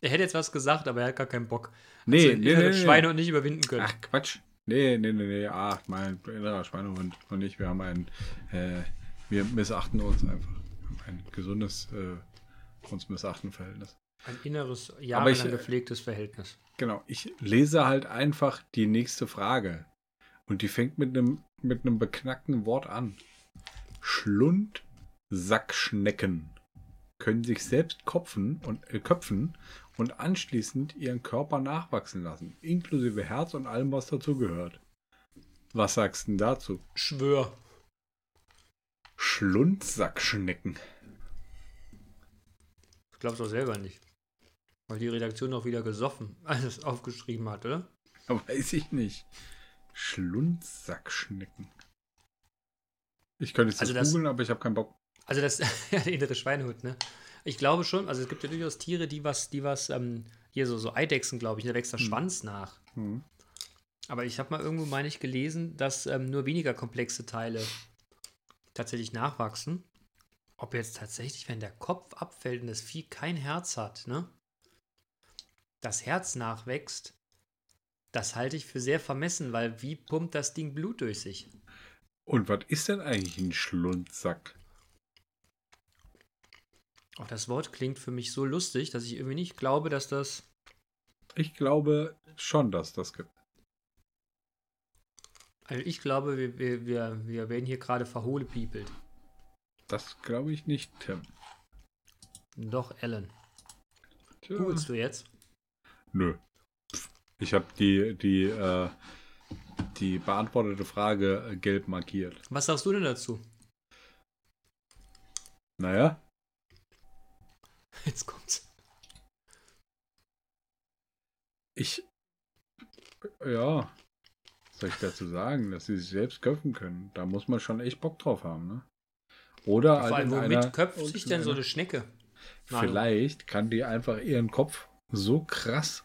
S3: Er hätte jetzt was gesagt, aber er hat gar keinen Bock. Also
S2: Nee,
S3: so
S2: nee, nee, nee.
S3: Schweine und nicht überwinden können.
S2: Ach, Quatsch. Nee, nee, nee, nee. Ach, mein innerer Schweinehund und ich, wir haben ein, äh, wir missachten uns einfach. Wir haben ein gesundes, äh, uns missachten Verhältnis.
S3: Ein inneres, jahrelang
S2: ich, äh,
S3: gepflegtes Verhältnis.
S2: Genau, ich lese halt einfach die nächste Frage. Und die fängt mit einem mit einem beknackten Wort an. Schlundsackschnecken können sich selbst kopfen und äh, köpfen und anschließend ihren Körper nachwachsen lassen, inklusive Herz und allem, was dazugehört. Was sagst du denn dazu?
S3: Schwör.
S2: Schlundsackschnecken.
S3: Ich glaub's auch selber nicht. Weil die Redaktion auch wieder gesoffen, als es aufgeschrieben hat, oder?
S2: Ja, Weiß ich nicht. Schlundsackschnecken. Ich könnte jetzt
S3: Also
S2: das
S3: das-
S2: googeln, aber ich habe keinen Bock.
S3: Also das, ja, der innere Schweinehund, ne? Ich glaube schon, also es gibt ja durchaus Tiere, die was, die was, ähm, hier so, so Eidechsen, glaube ich, ne, da wächst der Schwanz nach.
S2: Hm.
S3: Aber ich habe mal irgendwo, meine ich, gelesen, dass ähm, nur weniger komplexe Teile tatsächlich nachwachsen. Ob jetzt tatsächlich, wenn der Kopf abfällt und das Vieh kein Herz hat, ne? Das Herz nachwächst, das halte ich für sehr vermessen, weil wie pumpt das Ding Blut durch sich?
S2: Und was ist denn eigentlich ein Schlundsack?
S3: Auch das Wort klingt für mich so lustig, dass ich irgendwie nicht glaube, dass das
S2: Ich glaube schon, dass das gibt.
S3: Also ich glaube, wir, wir, wir, wir werden hier gerade verhohlepiepelt.
S2: Das glaube ich nicht, Tim.
S3: Doch, Alan.
S2: Tja.
S3: Googlest du jetzt?
S2: Nö. Pff. Ich habe die, die, äh, die beantwortete Frage äh, gelb markiert.
S3: Was sagst du denn dazu?
S2: Naja,
S3: Jetzt kommt's.
S2: ich. Ja. Was soll ich dazu sagen? Dass sie sich selbst köpfen können. Da muss man schon echt Bock drauf haben, ne? Oder halt
S3: Vor allem,
S2: in einer-
S3: womit köpft sich
S2: in
S3: denn so
S2: einer-
S3: eine Schnecke? Manu?
S2: Vielleicht kann die einfach ihren Kopf so krass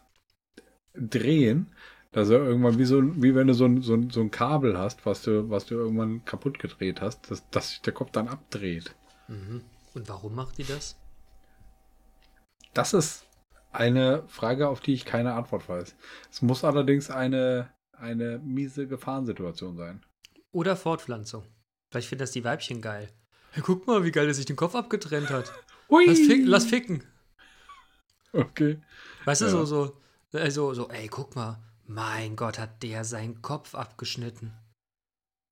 S2: drehen, dass er irgendwann wie so ein- wie wenn du so ein, so ein, so ein Kabel hast, was du, was du irgendwann kaputt gedreht hast, dass, dass sich der Kopf dann abdreht.
S3: Mhm. Und warum macht die das?
S2: Das ist eine Frage, auf die ich keine Antwort weiß. Es muss allerdings eine, eine miese Gefahrensituation sein.
S3: Oder Fortpflanzung. Vielleicht finden das die Weibchen geil. Hey, guck mal, wie geil er sich den Kopf abgetrennt hat.
S2: Hui!
S3: Lass ficken. Lass ficken.
S2: Okay.
S3: Weißt du,
S2: Ja.
S3: so, so, äh, so, so, ey, guck mal. Mein Gott, hat der seinen Kopf abgeschnitten.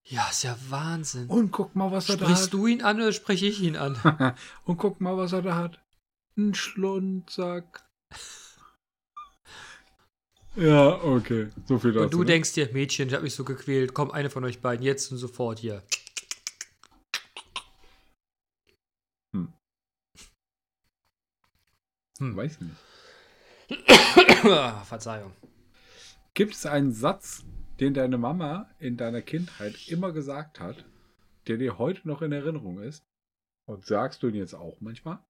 S3: Ja, ist ja Wahnsinn.
S2: Und guck mal, was er da
S3: Sprichst
S2: hat.
S3: du ihn an oder spreche ich ihn an?
S2: Und guck mal, was er da hat. Ein Schlundsack. Ja, okay. So viel dazu.
S3: Und du
S2: ne?
S3: denkst dir, Mädchen, ich hab mich so gequält. Komm, eine von euch beiden, jetzt und sofort hier.
S2: Hm.
S3: Hm.
S2: Weiß ich nicht.
S3: Ah, Verzeihung.
S2: Gibt es einen Satz, den deine Mama in deiner Kindheit immer gesagt hat, der dir heute noch in Erinnerung ist? Und sagst du ihn jetzt auch manchmal?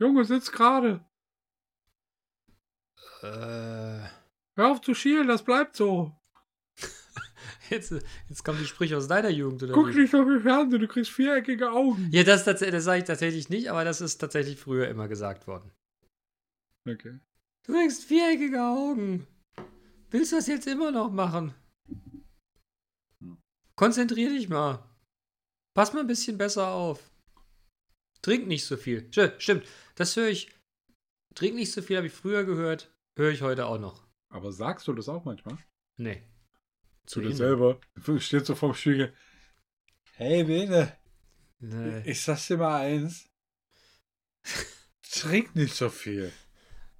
S2: Junge, sitz gerade.
S3: Äh,
S2: Hör auf zu schielen, das bleibt so.
S3: jetzt, jetzt kommen die Sprüche aus deiner Jugend, oder
S2: Guck
S3: wie?
S2: nicht so viel Fernsehen, du kriegst viereckige Augen.
S3: Ja, das, tats- das sage ich tatsächlich nicht, aber das ist tatsächlich früher immer gesagt worden.
S2: Okay.
S3: Du kriegst viereckige Augen. Willst du das jetzt immer noch machen?
S2: Hm.
S3: Konzentrier dich mal. Pass mal ein bisschen besser auf. Trink nicht so viel. Sti- Stimmt, das höre ich. Trink nicht so viel, habe ich früher gehört. Höre ich heute auch noch.
S2: Aber sagst du das auch manchmal?
S3: Nee.
S2: Zu dir
S3: Wem?
S2: selber. Du stehst so vorm Spiegel. Hey, Bene,
S3: Nee.
S2: ich sag's dir mal eins. Trink nicht so viel.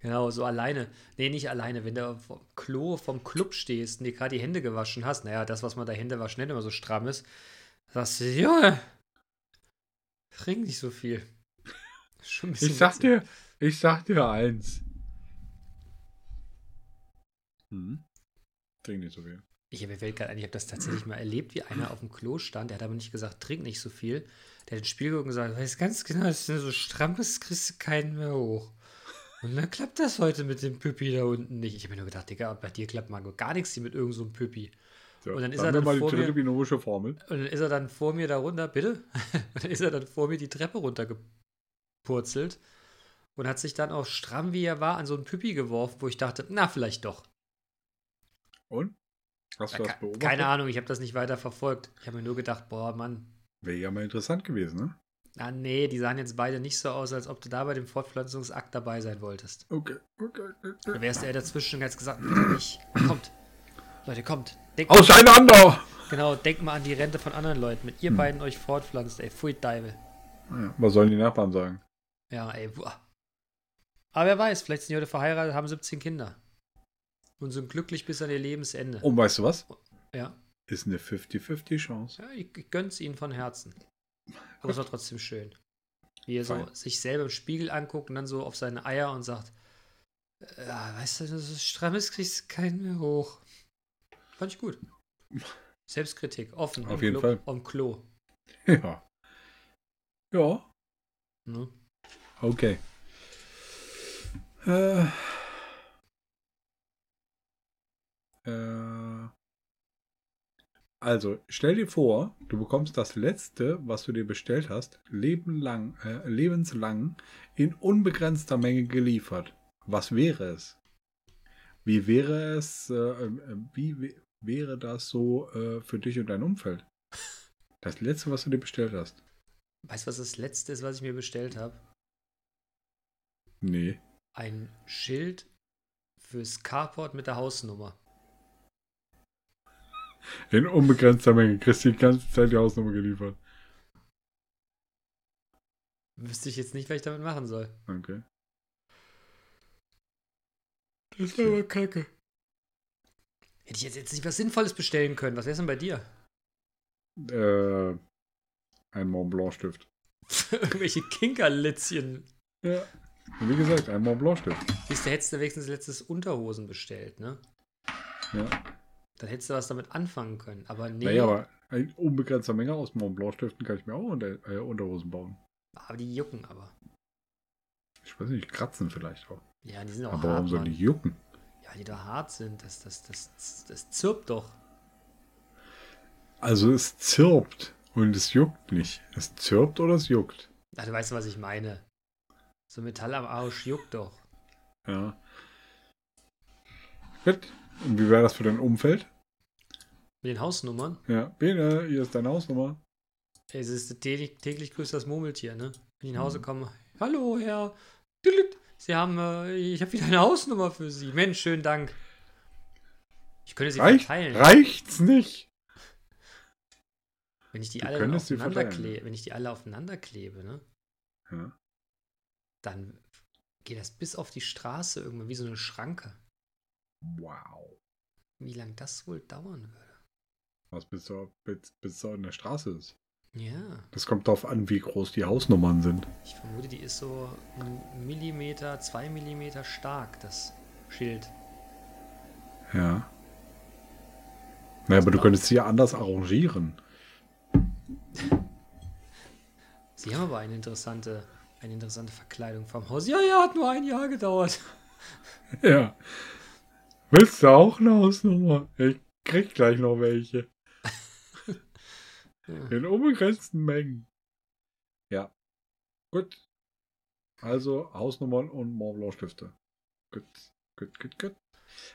S3: Genau, so alleine. Nee, nicht alleine. Wenn du vom Klo vom Club stehst und dir gerade die Hände gewaschen hast, naja, das, was man da Hände waschen nennt, immer so stramm ist, sagst du, Junge, trink nicht so viel. Schon ein bisschen
S2: Ich sag
S3: witzig.
S2: dir, ich sag dir eins. Hm. Trink nicht so viel.
S3: Ich mir fällt gerade ein, ich habe das tatsächlich mal erlebt, wie einer auf dem Klo stand, der hat aber nicht gesagt, trink nicht so viel. Der hat ins Spiel geguckt und gesagt, weiß ganz genau, dass wenn du so stramm bist, kriegst du keinen mehr hoch. Und dann klappt das heute mit dem Püppi da unten nicht. Ich habe mir nur gedacht, Digga, bei dir klappt mal gar nichts hier mit irgendeinem so einem Püppi.
S2: So,
S3: Und dann ist
S2: sagen wir
S3: er dann
S2: mal
S3: vor
S2: die
S3: mir-
S2: dritte binomische Formel.
S3: Und dann ist er dann vor mir da runter, bitte? Und dann ist er dann vor mir die Treppe runtergepurzelt und hat sich dann auch stramm wie er war an so einen Püppi geworfen, wo ich dachte, na, vielleicht doch.
S2: Und? Hast du
S3: Ke-
S2: das beobachtet?
S3: Keine Ahnung, ich habe das nicht weiter verfolgt. Ich habe mir nur gedacht, boah, Mann,
S2: Wäre ja mal interessant gewesen, ne?
S3: ah, nee, die sahen jetzt beide nicht so aus, als ob du da bei dem Fortpflanzungsakt dabei sein wolltest.
S2: Okay, okay, okay.
S3: Da wärst er dazwischen und hättest gesagt, bitte nicht. Kommt. Leute, kommt. Denkt,
S2: Auseinander!
S3: genau, denkt mal an die Rente von anderen Leuten. Wenn ihr
S2: Hm.
S3: beiden euch fortpflanzt, ey, pfui Deibel.
S2: Ja, was sollen die Nachbarn sagen?
S3: Ja, ey, boah. Aber wer weiß, vielleicht sind die heute verheiratet, haben 17 Kinder. Und sind glücklich bis an ihr Lebensende.
S2: Und weißt du was?
S3: Ja,
S2: Ist eine 50-50 Chance.
S3: ja ich, ich gönn's ihnen von Herzen. Aber es war trotzdem schön. Wie er so
S2: Fein.
S3: sich selber im Spiegel anguckt und dann so auf seine Eier und sagt: ja, Weißt du, wenn du so stramm ist, kriegst du keinen mehr hoch. Fand ich gut. Selbstkritik, offen.
S2: Auf
S3: am
S2: jeden
S3: Klo,
S2: Fall.
S3: Am Klo.
S2: Ja. Ja,
S3: Ne?
S2: okay. Äh. Äh. Also, stell dir vor, du bekommst das letzte, was du dir bestellt hast, lebenlang, äh, lebenslang in unbegrenzter Menge geliefert. Was wäre es? Wie wäre es, äh, äh, wie wä- wäre das so äh, für dich und dein Umfeld? Das letzte, was du dir bestellt hast.
S3: Weißt du, was das letzte ist, was ich mir bestellt habe?
S2: Nee.
S3: ein Schild fürs Carport mit der Hausnummer.
S2: In unbegrenzter Menge. Kriegst die ganze Zeit die Hausnummer geliefert.
S3: Wüsste ich jetzt nicht, was ich damit machen soll.
S2: Okay.
S3: Das wäre aber kacke. Hätte ich jetzt, jetzt nicht was Sinnvolles bestellen können. Was wär's denn bei dir?
S2: Äh, ein Mont Blanc Stift.
S3: Irgendwelche Kinkerlitzchen.
S2: Ja. Wie gesagt, ein Mont Blanc Stift.
S3: Siehst du, hättest du wenigstens letztes Unterhosen bestellt, ne?
S2: Ja.
S3: Dann hättest du was damit anfangen können. Aber nee.
S2: Naja, aber in unbegrenzter Menge aus Mont Blanc Stiften kann ich mir auch unter, äh, Unterhosen bauen.
S3: aber die jucken aber.
S2: Ich weiß nicht, kratzen vielleicht auch.
S3: Ja, die sind auch
S2: aber
S3: hart.
S2: warum sollen
S3: Mann.
S2: die jucken?
S3: Ja, die da hart sind. Das, das, das, das zirpt doch.
S2: Also es zirpt und es juckt nicht. Es zirpt oder es juckt.
S3: Ach, du weißt, was ich meine. So Metall am Arsch juckt doch.
S2: Ja. Gut. Und wie wäre das für dein Umfeld?
S3: Mit den Hausnummern.
S2: Ja, Bene, hier ist deine Hausnummer.
S3: Es ist täglich, täglich grüßt das Murmeltier, ne? Wenn ich nach
S2: Mhm.
S3: Hause komme, hallo Herr, Tüdelüt, Sie haben, äh, ich habe wieder eine Hausnummer für Sie. Mensch, schönen Dank. Ich könnte sie
S2: Reicht,
S3: verteilen,
S2: reicht's nicht?
S3: wenn ich die
S2: du
S3: alle dann
S2: könntest sie
S3: aufeinander
S2: verteilen.
S3: klebe, wenn ich die alle aufeinander klebe, ne?
S2: Ja.
S3: Dann geht das bis auf die Straße irgendwann wie so eine Schranke.
S2: Wow.
S3: Wie lange das wohl dauern würde?
S2: Was bis da, bis, bis da in der Straße ist.
S3: Ja,
S2: Das kommt darauf an, wie groß die Hausnummern sind.
S3: ich vermute, die ist so ein Millimeter, zwei Millimeter stark, das Schild.
S2: Ja. Naja, aber du könntest sie ja anders arrangieren.
S3: Sie haben aber eine interessante, eine interessante Verkleidung vom Haus. Ja, ja, hat nur ein Jahr gedauert.
S2: Ja. Willst du auch eine Hausnummer? Ich krieg gleich noch welche.
S3: Ja.
S2: In unbegrenzten Mengen. Ja. Gut. Also Hausnummern und Montblanc-Stifte. Gut, gut, gut, gut.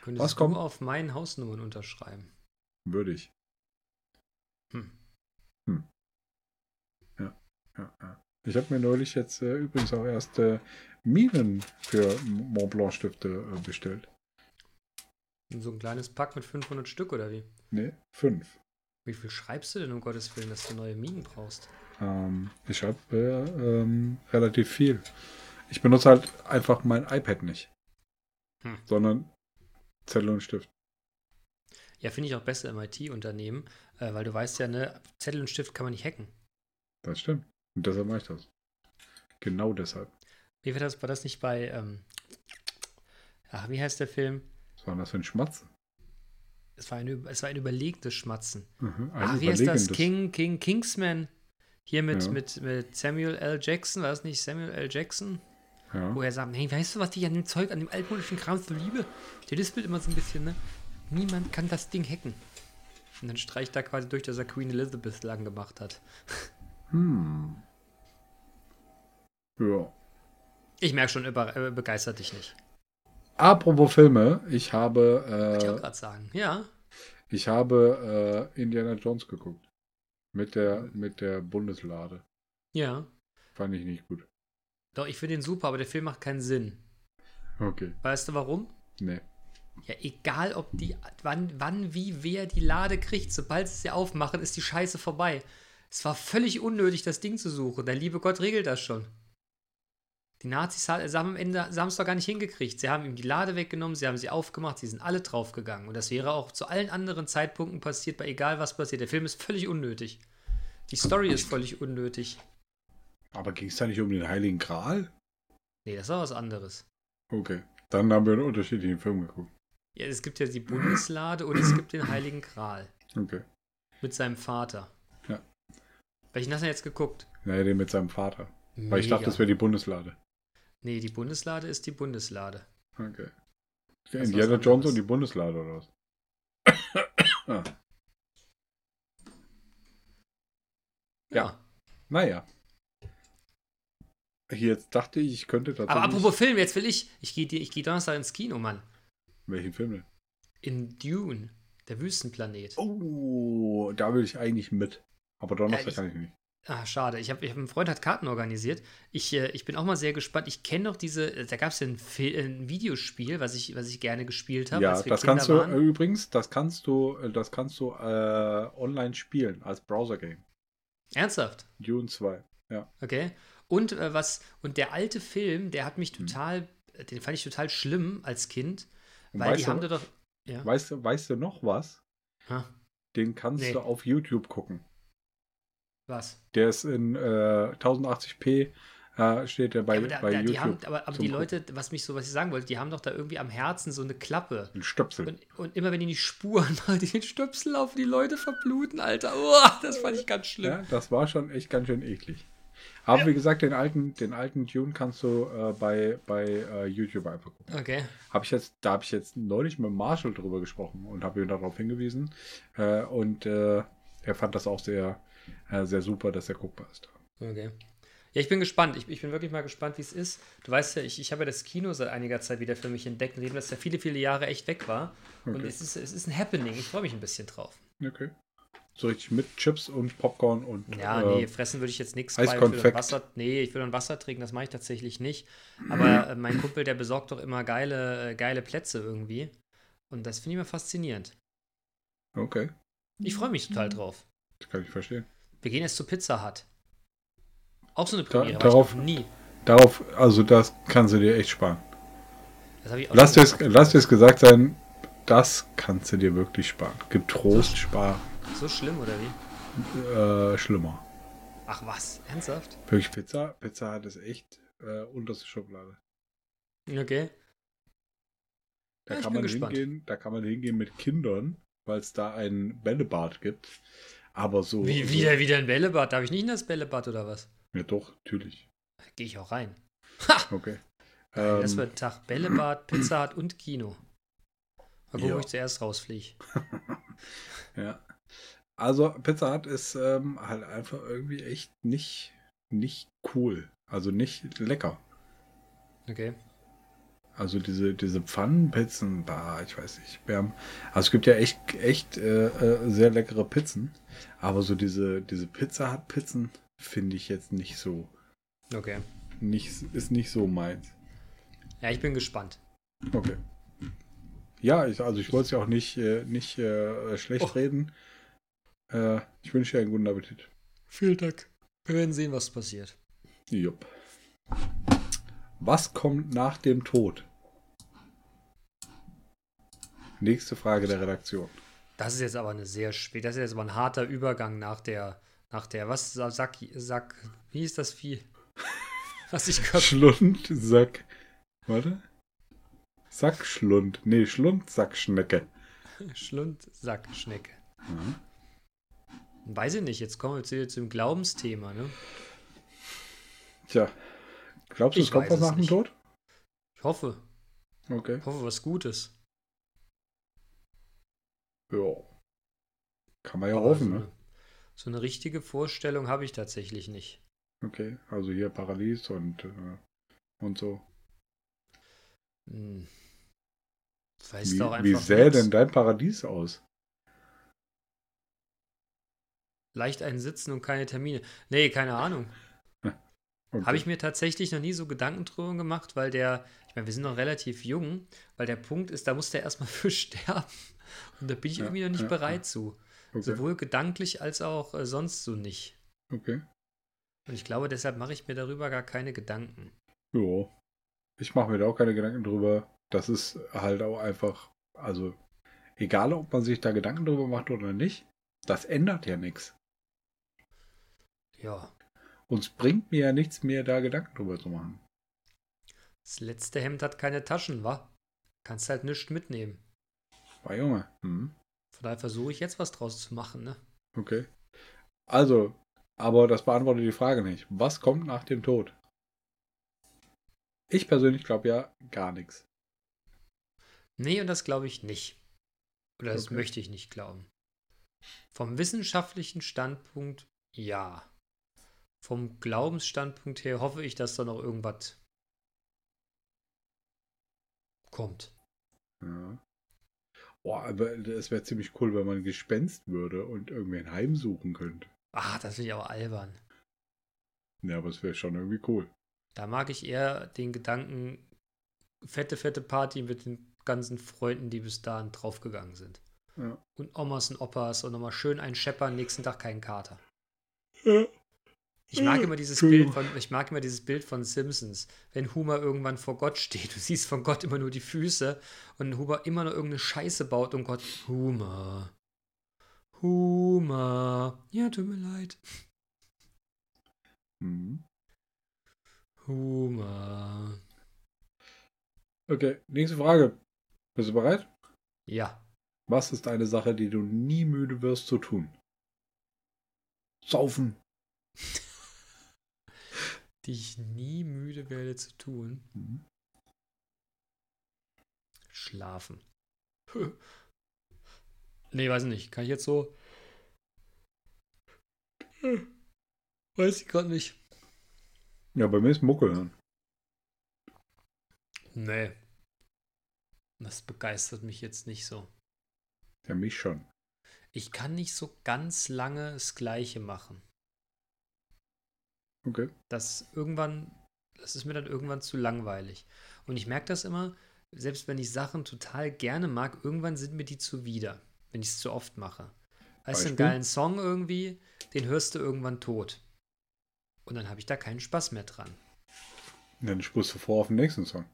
S3: Könntest
S2: Was
S3: du
S2: kommt?
S3: auf meinen Hausnummern unterschreiben?
S2: Würdig.
S3: Hm.
S2: Ja, ja. Ich habe mir neulich jetzt äh, übrigens auch erst äh, Minen für Montblanc-Stifte äh, bestellt.
S3: So ein kleines Pack mit 500 Stück oder wie?
S2: Ne, fünf.
S3: Wie viel schreibst du denn um Gottes Willen, dass du neue Minen brauchst?
S2: Ähm, ich habe äh, ähm, relativ viel. Ich benutze halt einfach mein iPad nicht,
S3: Hm.
S2: sondern Zettel und Stift.
S3: Ja, finde ich auch besser im IT-Unternehmen, äh, weil du weißt ja, ne, Zettel und Stift kann man nicht hacken.
S2: Das stimmt. Und deshalb mache ich das. Genau deshalb.
S3: Wie wird das, war das nicht bei, ähm, ach, wie heißt der Film?
S2: Was war denn das für ein Schmatz?
S3: Es war ein, Ü- es war ein überlegtes Schmatzen.
S2: Mhm, ein
S3: Ach, Ah, wie heißt das?
S2: überlegendes-
S3: King, King, Kingsman. Hier mit,
S2: Ja.
S3: mit, mit Samuel L. Jackson, war das nicht Samuel L. Jackson?
S2: Ja.
S3: Wo er sagt, hey, weißt du, was ich an dem Zeug, an dem altmodischen Kram so liebe? Der lispelt immer so ein bisschen, ne? Niemand kann das Ding hacken. Und dann streicht da quasi durch, dass er Queen Elizabeth lang gemacht hat.
S2: Hm. Ja.
S3: Ich merke schon, über, äh, begeistert dich nicht.
S2: Apropos Filme, ich
S3: Wollte ich
S2: habe
S3: auch gerade sagen. Ja.
S2: äh, ich habe äh, Indiana Jones geguckt mit der mit der Bundeslade.
S3: Ja.
S2: Fand ich nicht gut.
S3: Doch, ich finde ihn super, aber der Film macht keinen Sinn.
S2: Okay,
S3: Weißt du warum?
S2: nee.
S3: Ja, egal ob die, wann, wann, wie, wer die Lade kriegt, sobald sie sie aufmachen, ist die Scheiße vorbei. Es war völlig unnötig, das Ding zu suchen. Der liebe Gott regelt das schon. Die Nazis ha- sie haben am Ende haben es doch gar nicht hingekriegt. Sie haben ihm die Lade weggenommen, sie haben sie aufgemacht, sie sind alle draufgegangen. Und das wäre auch zu allen anderen Zeitpunkten passiert, bei egal was passiert. Der Film ist völlig unnötig. Die Story ist völlig unnötig.
S2: Aber ging es da nicht um den Heiligen Gral?
S3: Nee, das war was anderes.
S2: Okay, dann haben wir einen unterschiedlichen Film geguckt.
S3: Ja, es gibt ja die Bundeslade und es gibt den Heiligen Gral
S2: Okay.
S3: mit seinem Vater.
S2: Ja.
S3: Welchen hast du denn jetzt geguckt?
S2: Naja, den mit seinem Vater. Weil ich dachte,
S3: Mega.
S2: das wäre die Bundeslade.
S3: Nee, die Bundeslade ist die Bundeslade.
S2: Okay.
S3: ist
S2: Indiana
S3: was
S2: Jones
S3: anderes.
S2: und die Bundeslade oder was? ah, Ja.
S3: Ah.
S2: naja. Jetzt dachte ich, ich könnte tatsächlich.
S3: Aber apropos Film, jetzt will ich. Ich gehe ich geh Donnerstag ins Kino, Mann.
S2: Welchen Film denn?
S3: In Dune, der Wüstenplanet.
S2: Oh, da will ich eigentlich mit. Aber Donnerstag
S3: Ja, ich-
S2: kann ich nicht.
S3: Ah, schade. Ich habe ich hab, ein Freund hat Karten organisiert. Ich, äh, ich bin auch mal sehr gespannt. Ich kenne noch diese. äh, Da gab es ja ein, Fi- äh, ein Videospiel, was ich, was ich gerne gespielt habe,
S2: ja,
S3: als wir
S2: das
S3: Kinder
S2: kannst du
S3: waren.
S2: äh, übrigens, das kannst du, äh, das kannst du äh, online spielen als Browser-Game.
S3: Ernsthaft?
S2: Dune 2.
S3: Okay. Und äh, was. Und der alte Film, der hat mich
S2: Hm.
S3: total. Den fand ich total schlimm als Kind,
S2: Und
S3: weil die
S2: weißt,
S3: haben
S2: du,
S3: da doch. Ja.
S2: weißt, du, weißt du noch was?
S3: Ha,
S2: Den kannst
S3: Nee.
S2: du auf YouTube gucken.
S3: was?
S2: Der ist in äh, 1080p, äh, steht der bei,
S3: Ja, aber da,
S2: bei
S3: da,
S2: YouTube.
S3: die haben, aber, aber
S2: zum
S3: die Leute, was mich so, was ich sagen wollte, die haben doch da irgendwie am Herzen so eine Klappe.
S2: Ein Stöpsel.
S3: Und, und immer wenn die nicht spuren, machen die den Stöpsel auf und die Leute verbluten, Alter. Uah, das fand ich ganz schlimm.
S2: Ja, das war schon echt ganz schön eklig. Aber wie gesagt, den alten, den alten Dune kannst du äh, bei, bei äh, YouTube einfach gucken.
S3: Okay.
S2: Hab ich jetzt, da habe ich jetzt neulich mit Marshall drüber gesprochen und habe ihn darauf hingewiesen. Äh, und äh, er fand das auch sehr, äh, sehr super, dass er guckbar ist.
S3: Okay. Ja, ich bin gespannt. Ich, ich bin wirklich mal gespannt, wie es ist. Du weißt ja, ich, ich habe ja das Kino seit einiger Zeit wieder für mich entdeckt, nachdem das ja viele, viele Jahre echt weg war. Und
S2: Okay.
S3: es ist, es ist ein Happening. Ich freue mich ein bisschen drauf.
S2: Okay. So richtig mit Chips und Popcorn und.
S3: Ja,
S2: äh,
S3: nee, fressen würde ich jetzt nichts. Ich will
S2: Eiskonfekt. Mhm.
S3: dann Wasser, nee, ich will dann Wasser trinken, das mache ich tatsächlich nicht. Aber äh, mein Kumpel, der besorgt doch immer geile, äh, geile Plätze irgendwie. Und das finde ich immer faszinierend.
S2: Okay,
S3: Ich freue mich
S2: Mhm.
S3: total drauf.
S2: das kann ich verstehen.
S3: Wir gehen jetzt zu Pizza Hut. Auch so eine
S2: Da-
S3: Premiere. war
S2: darauf-
S3: ich noch nie.
S2: Darauf, also das kannst du dir echt sparen.
S3: Das habe ich auch
S2: Lass
S3: schon
S2: dir lass dir's gesagt sein, das kannst du dir wirklich sparen. Getrost sparen.
S3: gesagt. So schlimm, oder wie?
S2: Äh, schlimmer.
S3: Ach was, ernsthaft?
S2: Wirklich Pizza, Pizza hat es echt äh, unterste Schublade.
S3: Okay.
S2: Da
S3: Ja, ich
S2: kann
S3: bin
S2: man
S3: gespannt.
S2: hingehen, da kann man hingehen mit Kindern, weil es da ein Bällebad gibt. Aber so.
S3: Wie,
S2: so
S3: wieder, wieder ein Bällebad. Darf ich nicht in das Bällebad oder was?
S2: Ja, doch, natürlich.
S3: Gehe ich auch rein.
S2: Okay.
S3: Geil, Ah. das
S2: Ähm,
S3: wird ein Tag. Bällebad, Pizza Hut und Kino. Mal gucken,
S2: Ja.
S3: wo ich zuerst rausfliege.
S2: Ja. Also Pizza Hut ist ähm, halt einfach irgendwie echt nicht, nicht cool. Also nicht lecker.
S3: Okay.
S2: Also diese, diese Pfannenpizzen, bah, ich weiß nicht. Wir haben, also es gibt ja echt, echt äh, äh, sehr leckere Pizzen. Aber so diese, diese Pizza Hut Pizzen finde ich jetzt nicht so.
S3: Okay.
S2: Nicht, ist nicht so meins.
S3: Ja, ich bin gespannt.
S2: Okay. Ja, ich, also ich wollte es ja auch nicht, äh, nicht äh, schlecht
S3: Oh.
S2: reden. Äh, ich wünsche dir einen guten Appetit.
S3: Vielen Dank. Wir werden sehen, was passiert.
S2: Jupp. Was kommt nach dem Tod? Nächste Frage der Redaktion.
S3: Das ist jetzt aber eine sehr spät. Das ist jetzt aber ein harter Übergang nach der, nach der, was sa- sack, sack, wie hieß das Vieh? Was ich gehört
S2: Schlund, Sack. Warte. Sackschlund. Nee, Schlund, Sackschnecke.
S3: Schlund, Sack, Schnecke. Mhm. Weiß ich nicht, jetzt kommen wir zu, zum Glaubensthema, ne?
S2: Tja. Glaubst du,
S3: Ich
S2: es kommt
S3: weiß
S2: was
S3: es
S2: nach dem
S3: nicht.
S2: Tod?
S3: Ich hoffe,
S2: Okay.
S3: ich hoffe, was Gutes.
S2: Ja. Kann man ja
S3: Aber also
S2: hoffen,
S3: so,
S2: ne?
S3: eine, so eine richtige Vorstellung habe ich tatsächlich nicht.
S2: Okay. Also hier Paradies und, äh, und so.
S3: Hm. Weißt
S2: Wie,
S3: du auch einfach
S2: wie sähe
S3: nix.
S2: denn dein Paradies aus?
S3: Leicht einen Sitzen und keine Termine. Nee, keine Ahnung.
S2: Okay.
S3: Habe ich mir tatsächlich noch nie so Gedanken drüber gemacht, weil der, ich meine, wir sind noch relativ jung, weil der Punkt ist, da muss der erstmal für sterben. Und da bin ich
S2: Ja,
S3: irgendwie noch nicht
S2: ja,
S3: bereit
S2: ja.
S3: zu.
S2: okay.
S3: Sowohl gedanklich als auch äh, sonst so nicht.
S2: okay.
S3: Und ich glaube, deshalb mache ich mir darüber gar keine Gedanken.
S2: Ja. Ich mache mir da auch keine Gedanken drüber. Das ist halt auch einfach, also egal, ob man sich da Gedanken drüber macht oder nicht, das ändert ja nichts.
S3: Ja,
S2: Uns bringt mir ja nichts mehr, da Gedanken drüber zu machen.
S3: das letzte Hemd hat keine Taschen, wa? Kannst halt nichts mitnehmen.
S2: War Junge. Mhm.
S3: Von daher versuche ich jetzt was draus zu machen, ne?
S2: Okay. Also, aber das beantwortet die Frage nicht. Was kommt nach dem Tod? Ich persönlich glaube ja gar nichts.
S3: Nee, und das glaube ich nicht. Oder das
S2: Okay.
S3: möchte ich nicht glauben. Vom wissenschaftlichen Standpunkt ja. Vom Glaubensstandpunkt her hoffe ich, dass da noch irgendwas kommt.
S2: Ja. Boah, aber es wäre ziemlich cool, wenn man ein Gespenst würde und irgendwen heimsuchen könnte.
S3: Ah, das finde ich aber albern.
S2: Ja, aber es wäre schon irgendwie cool.
S3: Da mag ich eher den Gedanken, fette, fette Party mit den ganzen Freunden, die bis dahin draufgegangen sind.
S2: Ja.
S3: Und Omas und Opas und nochmal schön einen Scheppern, nächsten Tag keinen Kater.
S2: Ja. Hm.
S3: Ich mag immer dieses Bild
S2: Entschuldigung.
S3: von, ich mag immer dieses Bild von Simpsons, wenn Homer irgendwann vor Gott steht. Du siehst von Gott immer nur die Füße und Homer immer nur irgendeine Scheiße baut und Gott, Homer, Homer, ja, tut mir leid,
S2: Mhm.
S3: Homer.
S2: Okay, nächste Frage. Bist du bereit?
S3: Ja,
S2: Was ist eine Sache, die du nie müde wirst zu tun? Saufen.
S3: die ich nie müde werde zu tun,
S2: Mhm.
S3: schlafen. Nee, weiß nicht, kann ich jetzt so? Weiß ich gerade nicht.
S2: Ja, bei mir ist Mucke hören.
S3: Nee. Das begeistert mich jetzt nicht so.
S2: Ja, mich schon.
S3: Ich kann nicht so ganz lange das Gleiche machen.
S2: Okay.
S3: Das irgendwann, das ist mir dann irgendwann zu langweilig. Und ich merke das immer, selbst wenn ich Sachen total gerne mag, irgendwann sind mir die zuwider, wenn ich es zu oft mache. Weißt du,
S2: Beispiel?
S3: einen geilen Song irgendwie, den hörst du irgendwann tot. Und dann habe ich da keinen Spaß mehr dran.
S2: Dann spulst du vor auf den nächsten Song.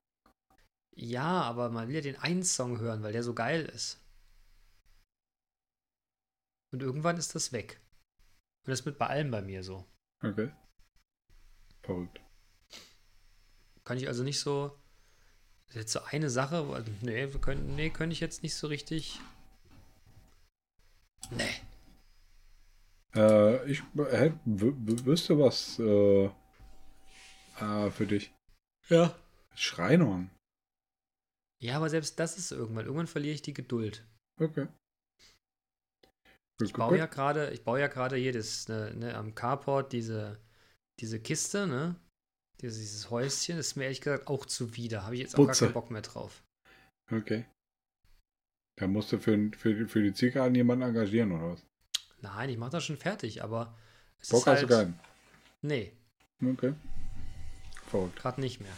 S3: Ja, aber man will ja den einen Song hören, weil der so geil ist. Und irgendwann ist das weg. Und das wird bei allem bei mir so.
S2: Okay. Verrückt.
S3: Kann ich also nicht so. ist Jetzt so eine Sache, wo- also, nee, wir können, nee, könnte ich jetzt nicht so richtig. Nee.
S2: Äh, ich äh, w- w- wüsste was äh, äh, für dich.
S3: Ja.
S2: Schreinhorn.
S3: Ja, aber selbst das ist irgendwann. Irgendwann verliere ich die Geduld.
S2: Okay.
S3: Ich baue ja gerade, ich baue ja gerade hier das, ne, ne, am Carport diese, diese Kiste, ne? Dieses, dieses Häuschen, ist mir ehrlich gesagt auch zuwider. Habe ich jetzt auch
S2: Butze.
S3: gar keinen Bock mehr drauf.
S2: Okay. Da musst du für, für, für die Zielkarten jemanden engagieren oder was?
S3: Nein, ich mache das schon fertig, aber es
S2: Bock
S3: ist halt,
S2: hast du keinen.
S3: Nee,
S2: Okay. Verrückt.
S3: gerade nicht mehr.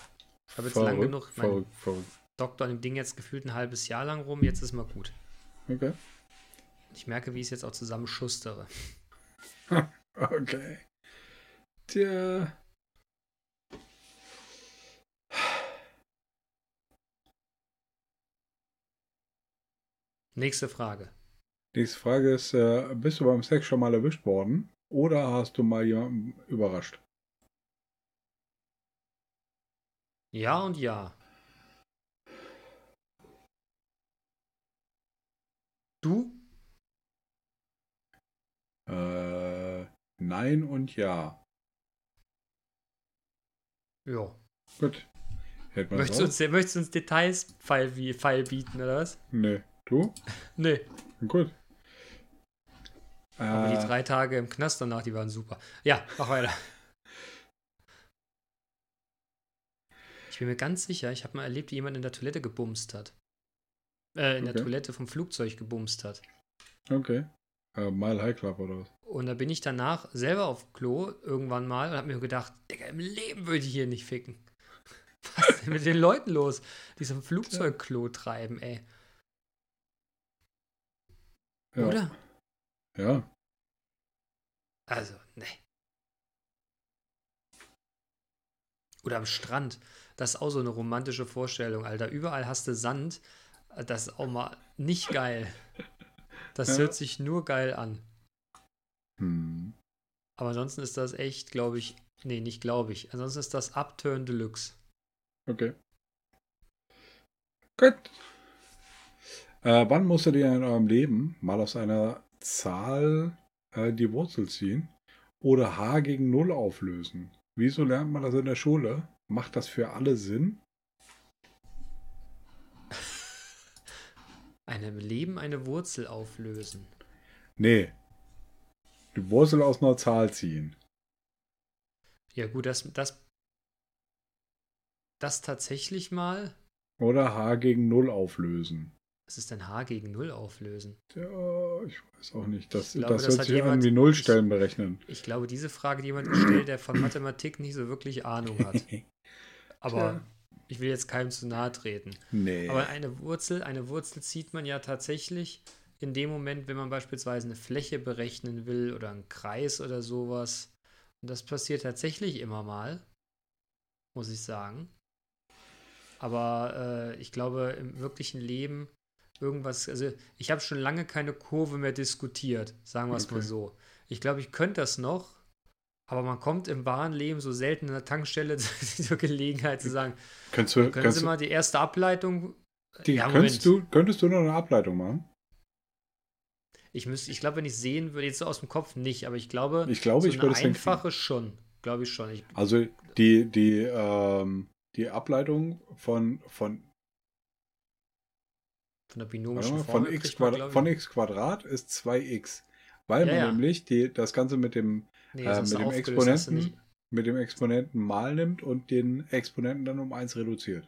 S3: Ich habe jetzt
S2: verrückt,
S3: lang genug mein
S2: verrückt, verrückt.
S3: Doktor an dem Ding jetzt gefühlt ein halbes Jahr lang rum, jetzt ist mal gut.
S2: Okay.
S3: Ich merke, wie ich es jetzt auch zusammen schustere.
S2: Okay. Tja.
S3: Nächste Frage.
S2: Nächste Frage ist, äh, bist du beim Sex schon mal erwischt worden? Oder hast du mal jemanden überrascht?
S3: Ja und ja. Du?
S2: Äh, nein und ja.
S3: Ja.
S2: Gut. Hätten wir
S3: Möchtest du,
S2: es auch?
S3: uns, möchtest du uns Details feil, wie, feil bieten, oder was?
S2: Nee. Du?
S3: Nee.
S2: Gut.
S3: Aber die
S2: Äh,
S3: drei Tage im Knast danach, die waren super. Ja, mach weiter. Ich bin mir ganz sicher, ich habe mal erlebt, wie jemand in der Toilette gebumst hat. Äh, in
S2: Okay.
S3: der Toilette vom Flugzeug gebumst hat.
S2: okay. Äh, Mile High Club oder was?
S3: Und da bin ich danach selber auf Klo irgendwann mal und habe mir gedacht, Digga, im Leben würde ich hier nicht ficken. Was ist denn mit den Leuten los, die so ein Flugzeugklo treiben, ey?
S2: Ja.
S3: Oder?
S2: Ja.
S3: Also, ne. Oder am Strand. Das ist auch so eine romantische Vorstellung, Alter. Überall hast du Sand. Das ist auch mal nicht geil. Das
S2: Ja.
S3: hört sich nur geil an.
S2: Hm.
S3: Aber ansonsten ist das echt, glaube ich. Nee, nicht glaube ich. Ansonsten ist das Upturn Deluxe.
S2: Okay. Gut. Äh, wann musstet ihr in eurem Leben mal aus einer Zahl äh, die Wurzel ziehen oder H gegen Null auflösen? Wieso lernt man das in der Schule? Macht das für alle Sinn?
S3: Einem Leben eine Wurzel auflösen.
S2: Nee. Die Wurzel aus einer Zahl ziehen.
S3: Ja, gut, das. Das, das tatsächlich mal.
S2: Oder H gegen Null auflösen.
S3: Was ist denn H gegen Null auflösen?
S2: Ja, ich weiß auch nicht. Das,
S3: Ich glaube,
S2: das
S3: das
S2: hört
S3: hat
S2: sich an
S3: jemand-
S2: wie Nullstellen berechnen.
S3: Ich glaube, diese Frage hat jemand gestellt, der von Mathematik nicht so wirklich Ahnung hat. Aber
S2: Tja.
S3: ich will jetzt keinem zu nahe treten.
S2: nee.
S3: Aber eine Wurzel, eine Wurzel zieht man ja tatsächlich in dem Moment, wenn man beispielsweise eine Fläche berechnen will oder einen Kreis oder sowas. Und das passiert tatsächlich immer mal, muss ich sagen. Aber äh, ich glaube, im wirklichen Leben irgendwas, also ich habe schon lange keine Kurve mehr diskutiert, sagen wir es mal
S2: Okay.
S3: so. Ich glaube, ich könnte das noch, aber man kommt im wahren Leben so selten an der Tankstelle zur Gelegenheit zu sagen,
S2: kannst du,
S3: können
S2: Äh, kannst,
S3: Sie mal die erste Ableitung?
S2: die,
S3: Ja,
S2: könntest, du, könntest du noch eine Ableitung machen?
S3: Ich, müsste, ich glaube, wenn ich sehen würde, jetzt so aus dem Kopf nicht, aber ich glaube,
S2: Ich glaube,
S3: so
S2: ich
S3: eine
S2: würde es hinkriegen.
S3: einfache schon. Glaube ich schon. Ich,
S2: Also die, die, ähm, die Ableitung von, von,
S3: von der
S2: warte
S3: binomischen
S2: mal,
S3: Formel
S2: von, x,
S3: kriegt man,
S2: Quadrat,
S3: glaube ich-
S2: von x Quadrat ist 2x. Weil
S3: Ja,
S2: man
S3: ja.
S2: nämlich die, das Ganze mit dem,
S3: nee,
S2: äh,
S3: das
S2: mit
S3: hast du
S2: dem
S3: aufgelöst, hast du nicht.
S2: Exponenten mit dem Exponenten mal nimmt und den Exponenten dann um 1 reduziert.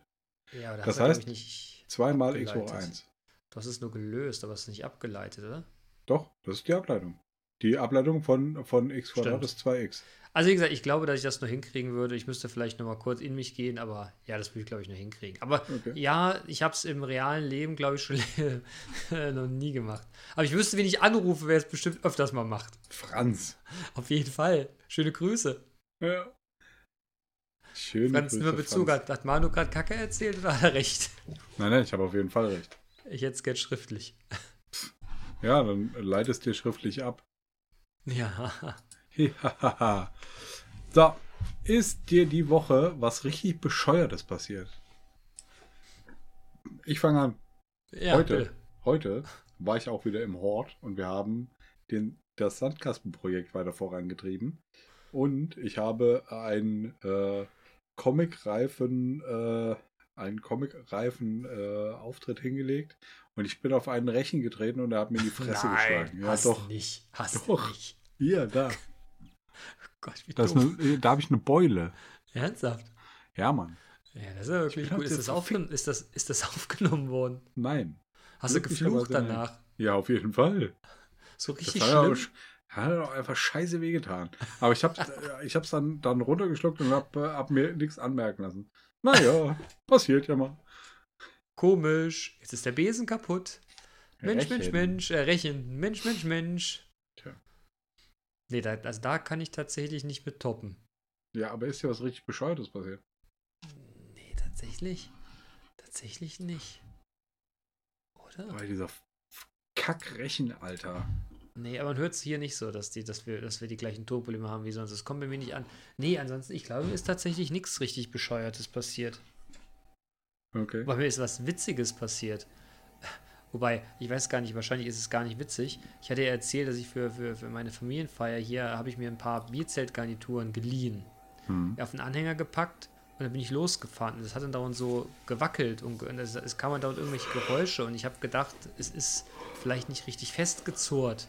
S3: Ja, aber da
S2: das
S3: hast du, glaub
S2: heißt-
S3: ich, nicht,
S2: 2 mal x hoch
S3: Abgeleitet.
S2: 1.
S3: du hast es nur gelöst, aber es ist nicht abgeleitet, oder?
S2: Doch, das ist die Ableitung. Die Ableitung von, von x Quadrat
S3: Stimmt.
S2: ist 2x.
S3: Also wie gesagt, ich glaube, dass ich das nur hinkriegen würde. Ich müsste vielleicht noch mal kurz in mich gehen, aber ja, das würde ich glaube ich nur hinkriegen. Aber
S2: Okay.
S3: ja, ich habe es im realen Leben glaube ich schon noch nie gemacht. Aber ich wüsste, wen ich anrufe, wer es bestimmt öfters mal macht.
S2: Franz.
S3: Auf jeden Fall. Schöne Grüße.
S2: Ja. Schön.
S3: Franz, nur Bezug. Hat, hat Manu gerade Kacke erzählt oder hat er recht?
S2: Nein, nein, ich habe auf jeden Fall recht.
S3: Ich hätte es gern schriftlich.
S2: Ja, dann leitest dir schriftlich ab.
S3: Ja.
S2: Hihahaha. so, ist dir die Woche was richtig Bescheuertes passiert? Ich fange an.
S3: ja
S2: Heute.
S3: bitte.
S2: Heute war ich auch wieder im Hort und wir haben den, das Sandkastenprojekt weiter vorangetrieben. Und ich habe einen äh, Comicreifen, äh, einen Comicreifen äh, Auftritt hingelegt und ich bin auf einen Rechen getreten und er hat mir in die Fresse
S3: Nein,
S2: geschlagen. Ja,
S3: hast
S2: doch.
S3: du nicht. Hast
S2: Doch.
S3: du nicht.
S2: Hier, da.
S3: Gott, wie
S2: Das ist
S3: dumm.
S2: eine, äh, da habe ich eine Beule.
S3: Ernsthaft.
S2: Ja, Mann.
S3: Ja, das ist ja wirklich
S2: bin
S3: gut. Ist
S2: heute
S3: das, aufgenommen, ist, das, ist das aufgenommen worden?
S2: Nein.
S3: Hast du
S2: Glücklicherweise
S3: geflucht
S2: nein.
S3: danach?
S2: Ja, auf jeden Fall.
S3: So
S2: Das
S3: richtig
S2: hat ja auch
S3: schlimm.
S2: sch- hat ja auch einfach scheiße wehgetan. Aber ich hab's, äh, ich hab's dann, dann runtergeschluckt und hab, äh, hab mir nichts anmerken lassen. Naja, passiert ja mal.
S3: Komisch. Jetzt ist der Besen kaputt. Mensch, Mensch,
S2: Rechen.
S3: Mensch. Äh, Rechen. Mensch, Mensch, Mensch.
S2: Tja.
S3: Nee, da, also da kann ich tatsächlich nicht mit toppen.
S2: Ja, aber ist ja was richtig Bescheuertes passiert.
S3: Nee, tatsächlich. Tatsächlich nicht. Oder?
S2: Weil dieser F- Kackrechen, Alter.
S3: Nee, aber man hört es hier nicht so, dass, die, dass, wir, dass wir die gleichen Tonprobleme haben wie sonst. Es kommt bei mir nicht an. Nee, ansonsten, ich glaube, mir ist tatsächlich nichts richtig Bescheuertes passiert.
S2: Okay.
S3: Bei mir ist was Witziges passiert. Wobei, ich weiß gar nicht, wahrscheinlich ist es gar nicht witzig. Ich hatte ja erzählt, dass ich für, für, für meine Familienfeier hier habe ich mir ein paar Bierzeltgarnituren geliehen.
S2: Hm.
S3: Auf einen Anhänger gepackt und dann bin ich losgefahren. Und das hat dann dauernd so gewackelt und, ge- und es, es kamen dauernd irgendwelche Geräusche und ich habe gedacht, es ist vielleicht nicht richtig festgezurrt.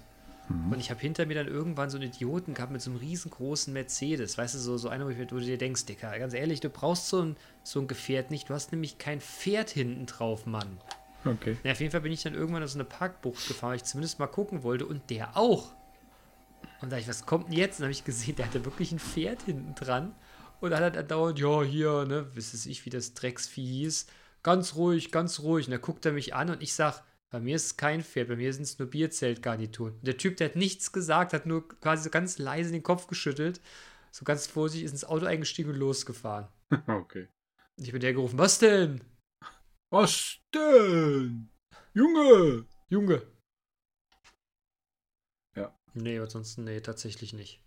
S3: Und ich habe hinter mir dann irgendwann so einen Idioten gehabt mit so einem riesengroßen Mercedes. Weißt du, so, so einer, wo, ich, mir- wo du dir denkst, Dicker, ganz ehrlich, du brauchst so ein, so ein Gefährt nicht. Du hast nämlich kein Pferd hinten drauf, Mann.
S2: Okay.
S3: Na, auf jeden Fall bin ich dann irgendwann in so eine Parkbucht gefahren, weil ich zumindest mal gucken wollte und der auch. Und da dachte ich, was kommt denn jetzt? Und dann habe ich gesehen, der hatte wirklich ein Pferd hinten dran. Und dann hat er dauernd, ja, hier, ne, wisst es ich, wie das Drecksvieh hieß. Ganz ruhig, ganz ruhig. Und dann guckt er mich an und ich sag, bei mir ist es kein Pferd, bei mir sind es nur Bierzeltgarnituren. Und der Typ, der hat nichts gesagt, hat nur quasi so ganz leise den Kopf geschüttelt, so ganz vorsichtig ist ins Auto eingestiegen und losgefahren.
S2: Okay.
S3: Und ich bin der gerufen, was denn?
S2: Was denn? Junge!
S3: Junge.
S2: Ja.
S3: Nee, aber ansonsten, nee, tatsächlich nicht.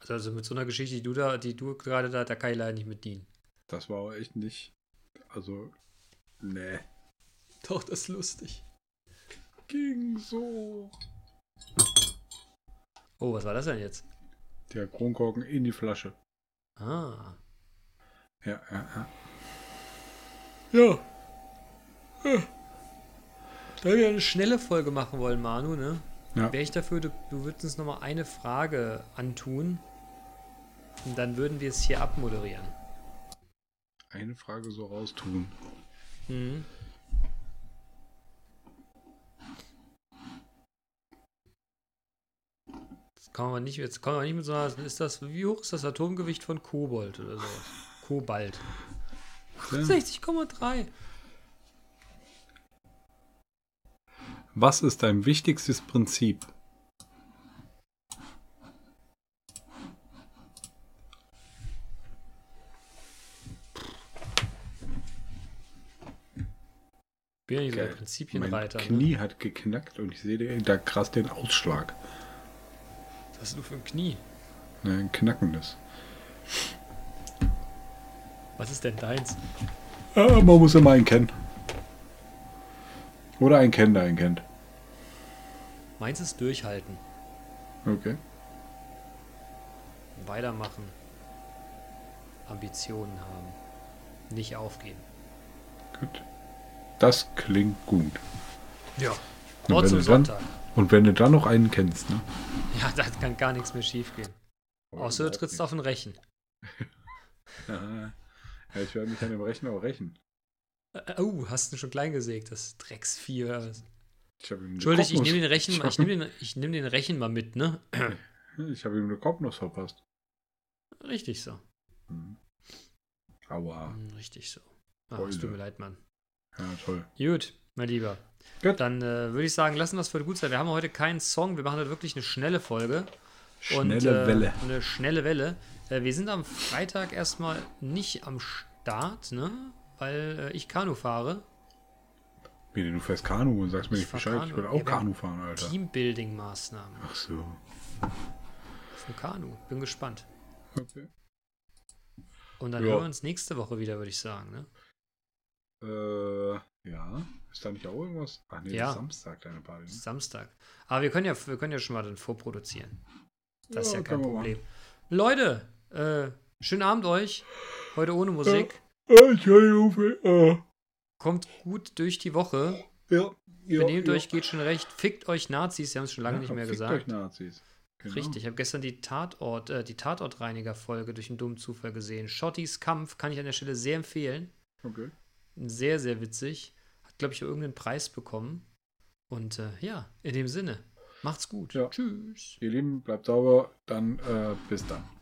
S3: Also, also mit so einer Geschichte, die du da, die du gerade da, da kann ich leider nicht mit dienen.
S2: Das war aber echt nicht. Also, nee.
S3: Doch, das ist lustig.
S2: Ging so.
S3: Oh, was war das denn jetzt?
S2: Der Kronkorken in die Flasche.
S3: Ah.
S2: Ja, ja, ja.
S3: Ja. Da wir eine schnelle Folge machen wollen, Manu, ne?
S2: Ja.
S3: Wäre ich dafür, du, du würdest uns nochmal eine Frage antun. Und dann würden wir es hier abmoderieren.
S2: Eine Frage so raustun.
S3: Mhm. Jetzt kommen wir nicht, jetzt kommen wir nicht mit so einer, ist das, wie hoch ist das Atomgewicht von Kobold oder so? Kobalt.
S2: Ja.
S3: 60,3.
S2: Was ist dein wichtigstes Prinzip?
S3: Bin ja nicht so
S2: Geil.
S3: der
S2: Mein
S3: Prinzipienreiter. Ne?
S2: Knie hat geknackt und ich sehe da krass den Ausschlag.
S3: Was hast du für ein Knie?
S2: Ne, ein knackendes.
S3: Was ist denn deins?
S2: Ah, man muss immer einen kennen. Oder einen kennen, der einen kennt.
S3: Meins ist durchhalten.
S2: Okay.
S3: Weitermachen. Ambitionen haben. Nicht aufgeben.
S2: Gut. Das klingt gut.
S3: Ja.
S2: Und
S3: Wort
S2: wenn
S3: zum
S2: du dann-
S3: Sonntag.
S2: Und wenn du dann noch einen kennst, ne?
S3: Ja, da kann gar nichts mehr schief gehen.
S2: Oh,
S3: Außer du trittst auf den Rechen.
S2: Ja, ich werde mich an dem Rechner auch rächen.
S3: Äh, Oh, hast du schon klein gesägt, das Drecksvieh. oder was?
S2: Ich habe ihm, eine
S3: Entschuldigt, ich
S2: Kopfnuss-
S3: nehme den Rechen, ich nehme den, ich nehm den Rechen mal mit, ne?
S2: ich hab ihm eine Kopfnuss verpasst.
S3: Richtig so.
S2: Hm. Aua.
S3: Hm, Richtig so. Ach,
S2: Heule.
S3: es tut mir leid, Mann.
S2: Ja, toll.
S3: Gut, mein Lieber.
S2: Gut.
S3: Dann äh, würde ich sagen, lassen wir es für gut sein. Wir haben heute keinen Song, wir machen heute wirklich eine schnelle Folge.
S2: Schnelle
S3: und, äh,
S2: Welle.
S3: Eine schnelle Welle. Äh, wir sind am Freitag erstmal nicht am Start, ne? Weil äh, ich Kanu fahre.
S2: Wie denn, du fährst Kanu und sagst mir
S3: Ich
S2: nicht
S3: fahr
S2: Bescheid. Ich
S3: Kanu.
S2: will
S3: Ja,
S2: auch
S3: wir-
S2: Kanu fahren, Alter.
S3: Teambuilding-Maßnahmen
S2: Ach so.
S3: für Kanu. Bin gespannt.
S2: Okay.
S3: Und dann
S2: Ja.
S3: hören wir uns nächste Woche wieder, würde ich sagen, ne?
S2: Äh, ja. Ist da nicht auch irgendwas? Ach nee,
S3: Ja.
S2: das ist Samstag deine Party. ne?
S3: Samstag. Aber wir können ja, wir können ja schon mal dann vorproduzieren. Das ist
S2: Ja,
S3: ja kein
S2: können wir
S3: Problem. Leute, äh, schönen Abend euch. Heute ohne Musik.
S2: Äh, Entschuldigung. für- Äh,
S3: Kommt gut durch die Woche.
S2: ja. ja,
S3: Benehmt
S2: ja.
S3: euch, geht schon recht. Fickt euch Nazis, die haben es schon lange
S2: Ja,
S3: nicht mehr
S2: fickt Euch
S3: gesagt.
S2: Nazis. Genau.
S3: Richtig, ich habe gestern die Tatort, äh, die Tatortreiniger-Folge durch einen dummen Zufall gesehen. Schottis Kampf kann ich an der Stelle sehr empfehlen.
S2: Okay.
S3: Sehr, sehr witzig. Hat, glaube ich, irgendeinen Preis bekommen. Und äh, ja, in dem Sinne, macht's gut.
S2: Ja.
S3: Tschüss.
S2: Ihr Lieben, bleibt sauber. Dann äh, bis dann.